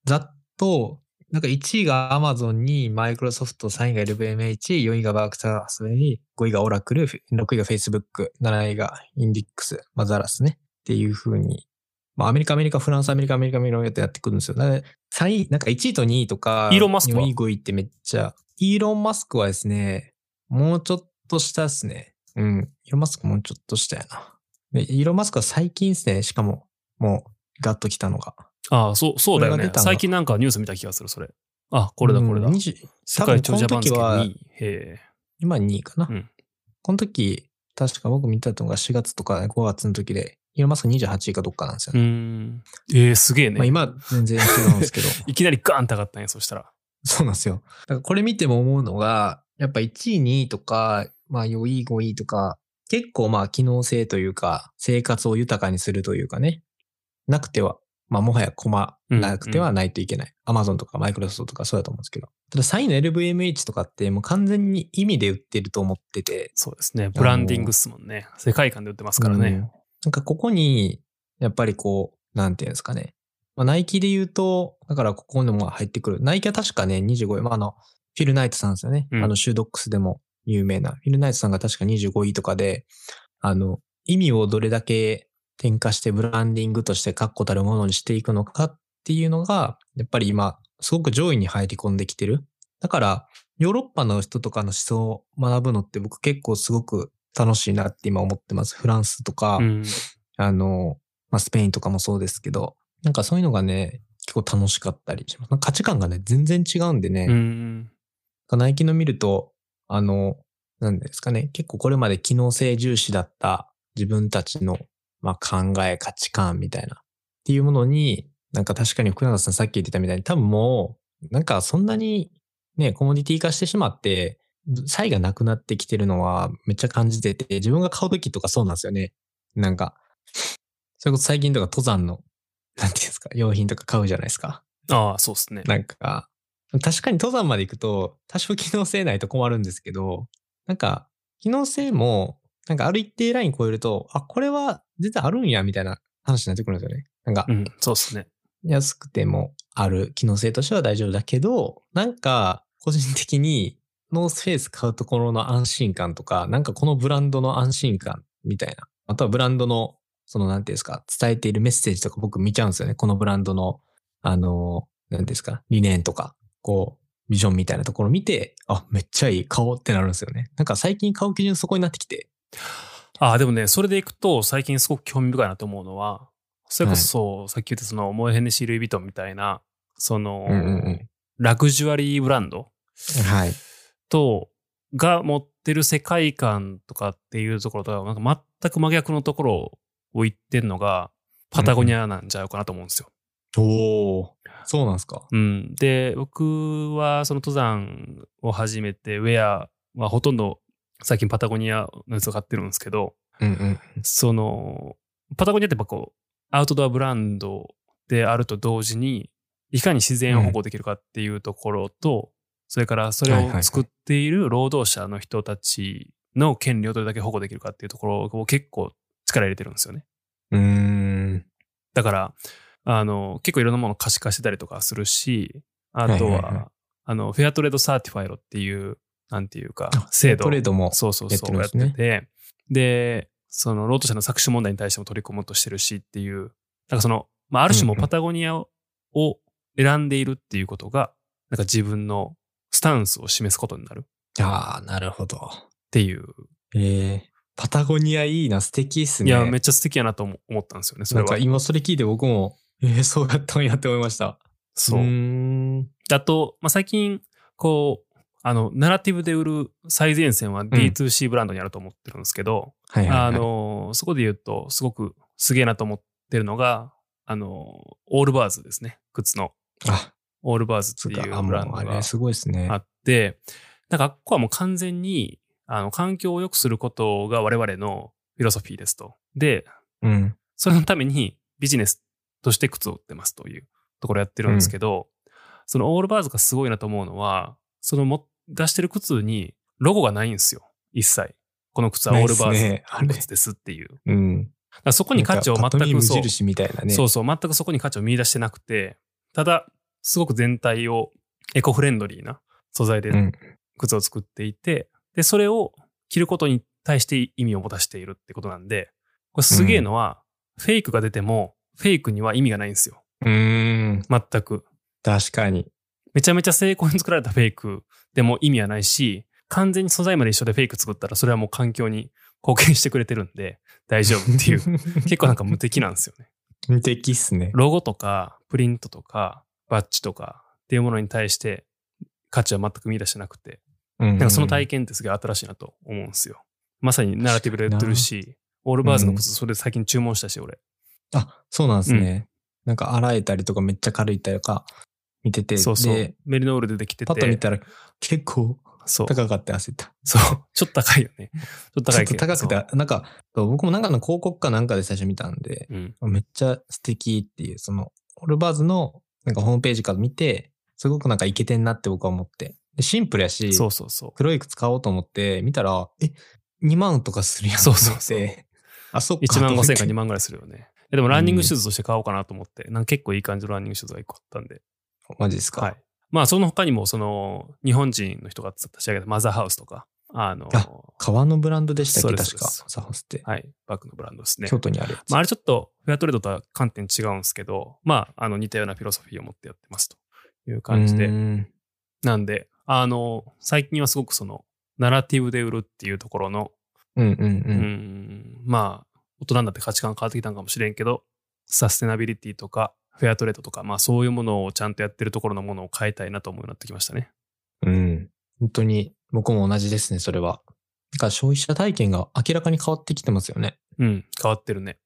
Speaker 3: ざっと、なんか1位が Amazon、2位マイクロソフト、3位が LVMH、4位がバークスハスウェイ、5位がオラクル、6位が Facebook、7位がインディックス、マザラスね。っていう風に、まあアメリカ、アメリカ、フランス、アメリカ、アメリカ、アメリカアメリカってやってくるんですよ。だから3位、なんか1位と2位とか、
Speaker 2: イーロンマスクは
Speaker 3: 4位、5位ってめっちゃ、イーロン・マスクはですね、もうちょっとしたですね。うん。イーロン・マスクもうちょっとしたやな。でイーロン・マスクは最近ですね、しかも、もう、ガッときたのが。
Speaker 2: ああ、そう、そうだよ
Speaker 3: これ
Speaker 2: ね
Speaker 3: が出。たの
Speaker 2: 最近なんかニュース見た気がする、それ。あ、これだ、これだ
Speaker 3: うん。20
Speaker 2: 世界長者番付
Speaker 3: 多分この
Speaker 2: 2
Speaker 3: 時
Speaker 2: 位。へえ。
Speaker 3: 今2位かな。
Speaker 2: うん
Speaker 3: この時、確か僕見たのが4月とか5月の時で、イーロンマスク28位かどっかなんですよ
Speaker 2: うー
Speaker 3: ね。
Speaker 2: ん。えー、すげえね。
Speaker 3: まあ今は全然違うん ですけど、
Speaker 2: いきなりガーンって上がったんや、そしたら。
Speaker 3: そうなんですよ。だからこれ見ても思うのが、やっぱ1位、2位とか、まあ4位、5位とか、結構まあ機能性というか、生活を豊かにするというかね、なくては、まあもはや困なくてはないといけない。Amazon とか Microsoft とかそうだと思うんですけど。ただ3位の LVMH とかってもう完全に意味で売ってると思ってて、
Speaker 2: そうですね。ブランディングっすもんね。世界観で売ってますから
Speaker 3: うん
Speaker 2: ね。
Speaker 3: なんかここに、やっぱりこう、なんていうんですかね。まあ、ナイキで言うと、だからここにも入ってくる。ナイキは確かね、25位。まあ、あの、フィルナイトさんですよね。
Speaker 2: うん
Speaker 3: あの、シュードックスでも有名な。フィルナイトさんが確か25位とかで、あの、意味をどれだけ転化してブランディングとして確固たるものにしていくのかっていうのが、やっぱり今、すごく上位に入り込んできてる。だから、ヨーロッパの人とかの思想を学ぶのって僕結構すごく楽しいなって今思ってます。フランスとか、
Speaker 2: うん。
Speaker 3: あの、まあ、スペインとかもそうですけど、なんかそういうのがね、結構楽しかったりします。なんか価値観がね、全然違うんでね、
Speaker 2: うん。
Speaker 3: ナイキの見ると、あの、なんですかね、結構これまで機能性重視だった自分たちの、まあ、考え、価値観みたいな、っていうものに、なんか確かに福永さんさっき言ってたみたいに、多分もう、なんかそんなにね、コモディティ化してしまって、差異がなくなってきてるのはめっちゃ感じてて、自分が買うときとかそうなんですよね。なんか、それこそ最近とか登山の、なんていうんですか、用品とか買うじゃないですか。
Speaker 2: ああ、そうっすね。
Speaker 3: なんか、確かに登山まで行くと、多少機能性ないと困るんですけど、なんか、機能性も、なんかある一定ライン超えると、あ、これは全然あるんや、みたいな話になってくるんですよね。なんか
Speaker 2: う、ん、そうっすね。
Speaker 3: 安くてもある機能性としては大丈夫だけど、なんか、個人的に、ノースフェイス買うところの安心感とか、なんかこのブランドの安心感みたいな。あとはブランドの、その、なんていうんですか、伝えているメッセージとか僕見ちゃうんですよね。このブランドの、あの、なんていうんですか、理念とか、こう、ビジョンみたいなところ見て、あ、めっちゃいい、買おうってなるんですよね。なんか最近買う基準そこになってきて。
Speaker 2: ああ、でもね、それでいくと、最近すごく興味深いなと思うのは、それこそ、さっき言ったその、モエヘネシー・ルイ・ヴィトンみたいな、その、ラグジュアリーブランド
Speaker 3: はい。
Speaker 2: と、が持ってる世界観とかっていうところとは、なんか全く真逆のところを言ってんのが、パタゴニアなんちゃうかなと思うんですよ。
Speaker 3: おー、そうなんですか。
Speaker 2: うん、で、僕はその登山を始めて、ウェアはほとんど最近パタゴニアのやつを買ってるんですけど、
Speaker 3: うんうん。
Speaker 2: その、パタゴニアってやっぱこう、アウトドアブランドであると同時に、いかに自然を保護できるかっていうところと、それからそれ
Speaker 3: はいはいは
Speaker 2: を
Speaker 3: い
Speaker 2: 作っている労働者の人たちの権利をどれだけ保護できるかっていうところを結構力入れてるんですよね。
Speaker 3: うーん。
Speaker 2: だから、あの、結構いろんなものを可視化してたりとかするし、あとは、
Speaker 3: はいはいはい
Speaker 2: あの、フェアトレードサーティファイロっていう、なんていうか、制度
Speaker 3: トレードも。
Speaker 2: そうそうそう、
Speaker 3: や
Speaker 2: や
Speaker 3: っ
Speaker 2: ってて
Speaker 3: る
Speaker 2: て
Speaker 3: んです
Speaker 2: で、その、労働者の搾取問題に対しても取り組もうとしてるしっていう、なんかその、まあ、ある種も
Speaker 3: うんうん
Speaker 2: パタゴニアをを選んでいるっていうことが、なんか自分のスタンスを示すことになるっ
Speaker 3: ああ、なるほど。
Speaker 2: ていう、
Speaker 3: ええパタゴニアいいな、素敵っすね。
Speaker 2: いや、めっちゃ素敵やなと思思ったんですよね、そ
Speaker 3: な
Speaker 2: れ
Speaker 3: んか
Speaker 2: は。
Speaker 3: 今それ聞いて僕も、えーそうやったんやって思いました。
Speaker 2: そう
Speaker 3: ー
Speaker 2: う。
Speaker 3: ん。
Speaker 2: だと、まあ、最近、こう、あの、ナラティブで売る最前線は D2C ブランドにあると思ってるんですけど、
Speaker 3: はいはい、はい。
Speaker 2: あ、の、そこで言うと、すごくすげえなと思ってるのが、あの、オールバーズですね。靴の
Speaker 3: あ、
Speaker 2: オールバーズ
Speaker 3: そ
Speaker 2: っ
Speaker 3: ってか
Speaker 2: い、
Speaker 3: あ、
Speaker 2: う
Speaker 3: も
Speaker 2: ブラン
Speaker 3: う
Speaker 2: ド
Speaker 3: あ
Speaker 2: が
Speaker 3: れすごいですね
Speaker 2: あ。って、なんか、ここはもう完全に、あの、環境を良くすることが我々のフィロソフィーですと。で、
Speaker 3: うん。
Speaker 2: それのためにビジネスとして靴を売ってますというところをやってるんですけど、そのオールバーズがすごいなと思うのは、そのも出してる靴にロゴがないんですよ。一切。この靴はオールバ
Speaker 3: ないっす
Speaker 2: ー
Speaker 3: ねあれ
Speaker 2: ズの靴ですっていう。
Speaker 3: うん。こ
Speaker 2: だからそこに価値を全く
Speaker 3: 無
Speaker 2: そう、
Speaker 3: 印みたいなね。
Speaker 2: そうそう、全くそこに価値を見出してなくて、ただ、すごく全体をエコフレンドリーな素材で
Speaker 3: うん
Speaker 2: 靴を作っていて、で、それを着ることに対して意味を持たせているってことなんで、これすげえのは、フェイクが出ても、フェイクには意味がないんですよ。
Speaker 3: うーん。
Speaker 2: 全く。
Speaker 3: 確かに。
Speaker 2: めちゃめちゃ成功に作られたフェイクでも意味はないし、完全に素材まで一緒でフェイク作ったら、それはもう環境に貢献してくれてるんで、大丈夫って いう。結構なんか無敵なんですよね。
Speaker 3: 無敵っすね。
Speaker 2: ロゴとか、プリントとか、バッジとかっていうものに対して価値は全く見出してなくて、
Speaker 3: な
Speaker 2: なんかその体験ってすごい新しいなと思うんですよ。まさにナラティブでやってるし、オールバーズの靴、それ最近注文したし、俺。
Speaker 3: あ、そうなんですね。なんか洗えたりとかめっちゃ軽いたりとか見てて、
Speaker 2: そうそう
Speaker 3: で、。
Speaker 2: メリノールでできてて。
Speaker 3: パッと見たら結構
Speaker 2: そう。
Speaker 3: 高かった焦った。
Speaker 2: そう。ちょっと高いよね。ちょっと
Speaker 3: ち
Speaker 2: 高
Speaker 3: ょっ
Speaker 2: いけ
Speaker 3: と
Speaker 2: ど。
Speaker 3: 高く
Speaker 2: そ
Speaker 3: て、なんか、そう僕もなんかの広告かなんかで最初見たんで、
Speaker 2: う。うん。
Speaker 3: めっちゃ素敵っていう、その、オルバーズのなんかホームページから見て、すごくなんかイケてんなって僕は思って。でシンプルやし、
Speaker 2: そうそうそ
Speaker 3: 黒い靴買おうと思って見たら、え、2万とかするやん
Speaker 2: そうそうそう
Speaker 3: と思ってあ、そっ
Speaker 2: う。1
Speaker 3: か。
Speaker 2: 万5千か2
Speaker 3: 万。
Speaker 2: 万ぐらいするよね。えでもランニングシューズとして買おうかなと思って、なんか結構いい感じのランニングシューズが1個あったんで。
Speaker 3: マジですか。
Speaker 2: はい。まあ、その他にも、その、日本人の人が立ち上げたマザーハウスとか、あの、
Speaker 3: あ革のブランドでしたっ
Speaker 2: そう
Speaker 3: け
Speaker 2: です
Speaker 3: 確か。
Speaker 2: そう
Speaker 3: サホスって。
Speaker 2: はい、バッグのブランドですね。
Speaker 3: 京都にあるやつ。
Speaker 2: まあ、あれちょっと、フェアトレードとは観点違うんですけど、まあ、あの、似たようなフィロソフィーを持ってやってますという感じ
Speaker 3: うー
Speaker 2: で。
Speaker 3: ん
Speaker 2: なんで、あの、最近はすごくその、ナラティブで売るっていうところの、
Speaker 3: うんうんう。
Speaker 2: うんん、まあ、大人になって価値観変わってきたんかもしれんけど、サステナビリティとか、フェアトレードとか、まあ、そういうものをちゃんとやってるところのものを変えたいなと思うようになってきましたね。
Speaker 3: うん。本当に、僕も同じですね、それは。だから消費者体験が明らかに変わってきてますよね。
Speaker 2: うん、変わってるね。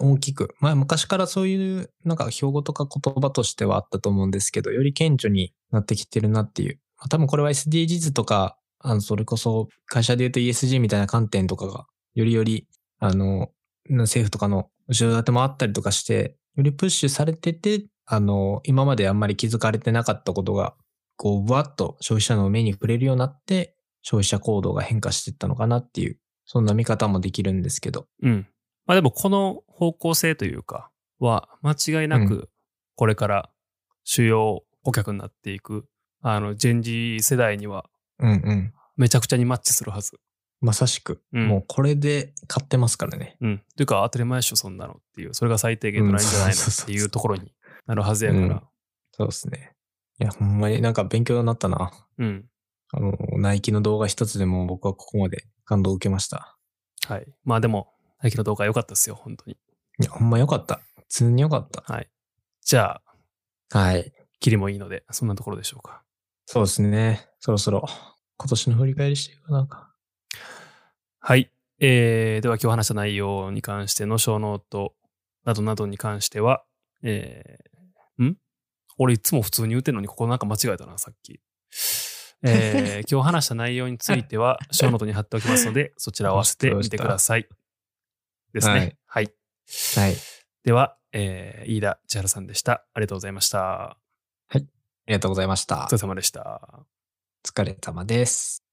Speaker 3: 大きく。まあ、昔からそういう、なんか、標語とか言葉としてはあったと思うんですけど、より顕著になってきてるなっていう。まあ、多分これは SDGs とか、あの、それこそ、会社で言うと ESG みたいな観点とかが、よりより、あの、政府とかの後ろ盾もあったりとかして、よりプッシュされてて、あの、今まであんまり気づかれてなかったことが、こう、ぶわっと消費者の目に触れるようになって、消費者行動が変化していったのかなっていう、そんな見方もできるんですけど。
Speaker 2: うん。まあでもこの方向性というかは間違いな
Speaker 3: う
Speaker 2: くこれから主要顧客になっていくあのジェンジー世代には
Speaker 3: うんうん。
Speaker 2: めちゃくちゃにマッチするはず。
Speaker 3: まさしく、
Speaker 2: うん
Speaker 3: もうこれで買ってますからね。
Speaker 2: うん。というか当たり前でしょそんなのっていうそれが最低限のラインじゃないの
Speaker 3: うん
Speaker 2: っていうところになるはずやか
Speaker 3: うん
Speaker 2: ら。
Speaker 3: そうですね。いや、ほんまになんか勉強になったな。
Speaker 2: うん。
Speaker 3: あの、ナイキの動画一つでも僕はここまで感動を受けました。
Speaker 2: はい。まあでも最近の動画良かったですよ本当に。
Speaker 3: いや、ほんま良かった。普通に良かった。
Speaker 2: はい。じゃあ
Speaker 3: はい。
Speaker 2: キリもいいのでそんなところでしょうか。
Speaker 3: そうですね。そろそろ今年の振り返りしていくかなんか。
Speaker 2: はい。えー、では今日話した内容に関しての小ノートなどなどに関しては、えー、ん俺いつも普通に言うてんのにここなんか間違えたな、さっき。えー、今日話した内容については、小ノートに貼っておきますので、そちらを合わせてみてください。ですね。はい。
Speaker 3: はい。
Speaker 2: では、えー、飯田千春さんでした。ありがとうございました。
Speaker 3: りがとうございました
Speaker 2: お疲。れ様でした。
Speaker 3: お疲れ様です。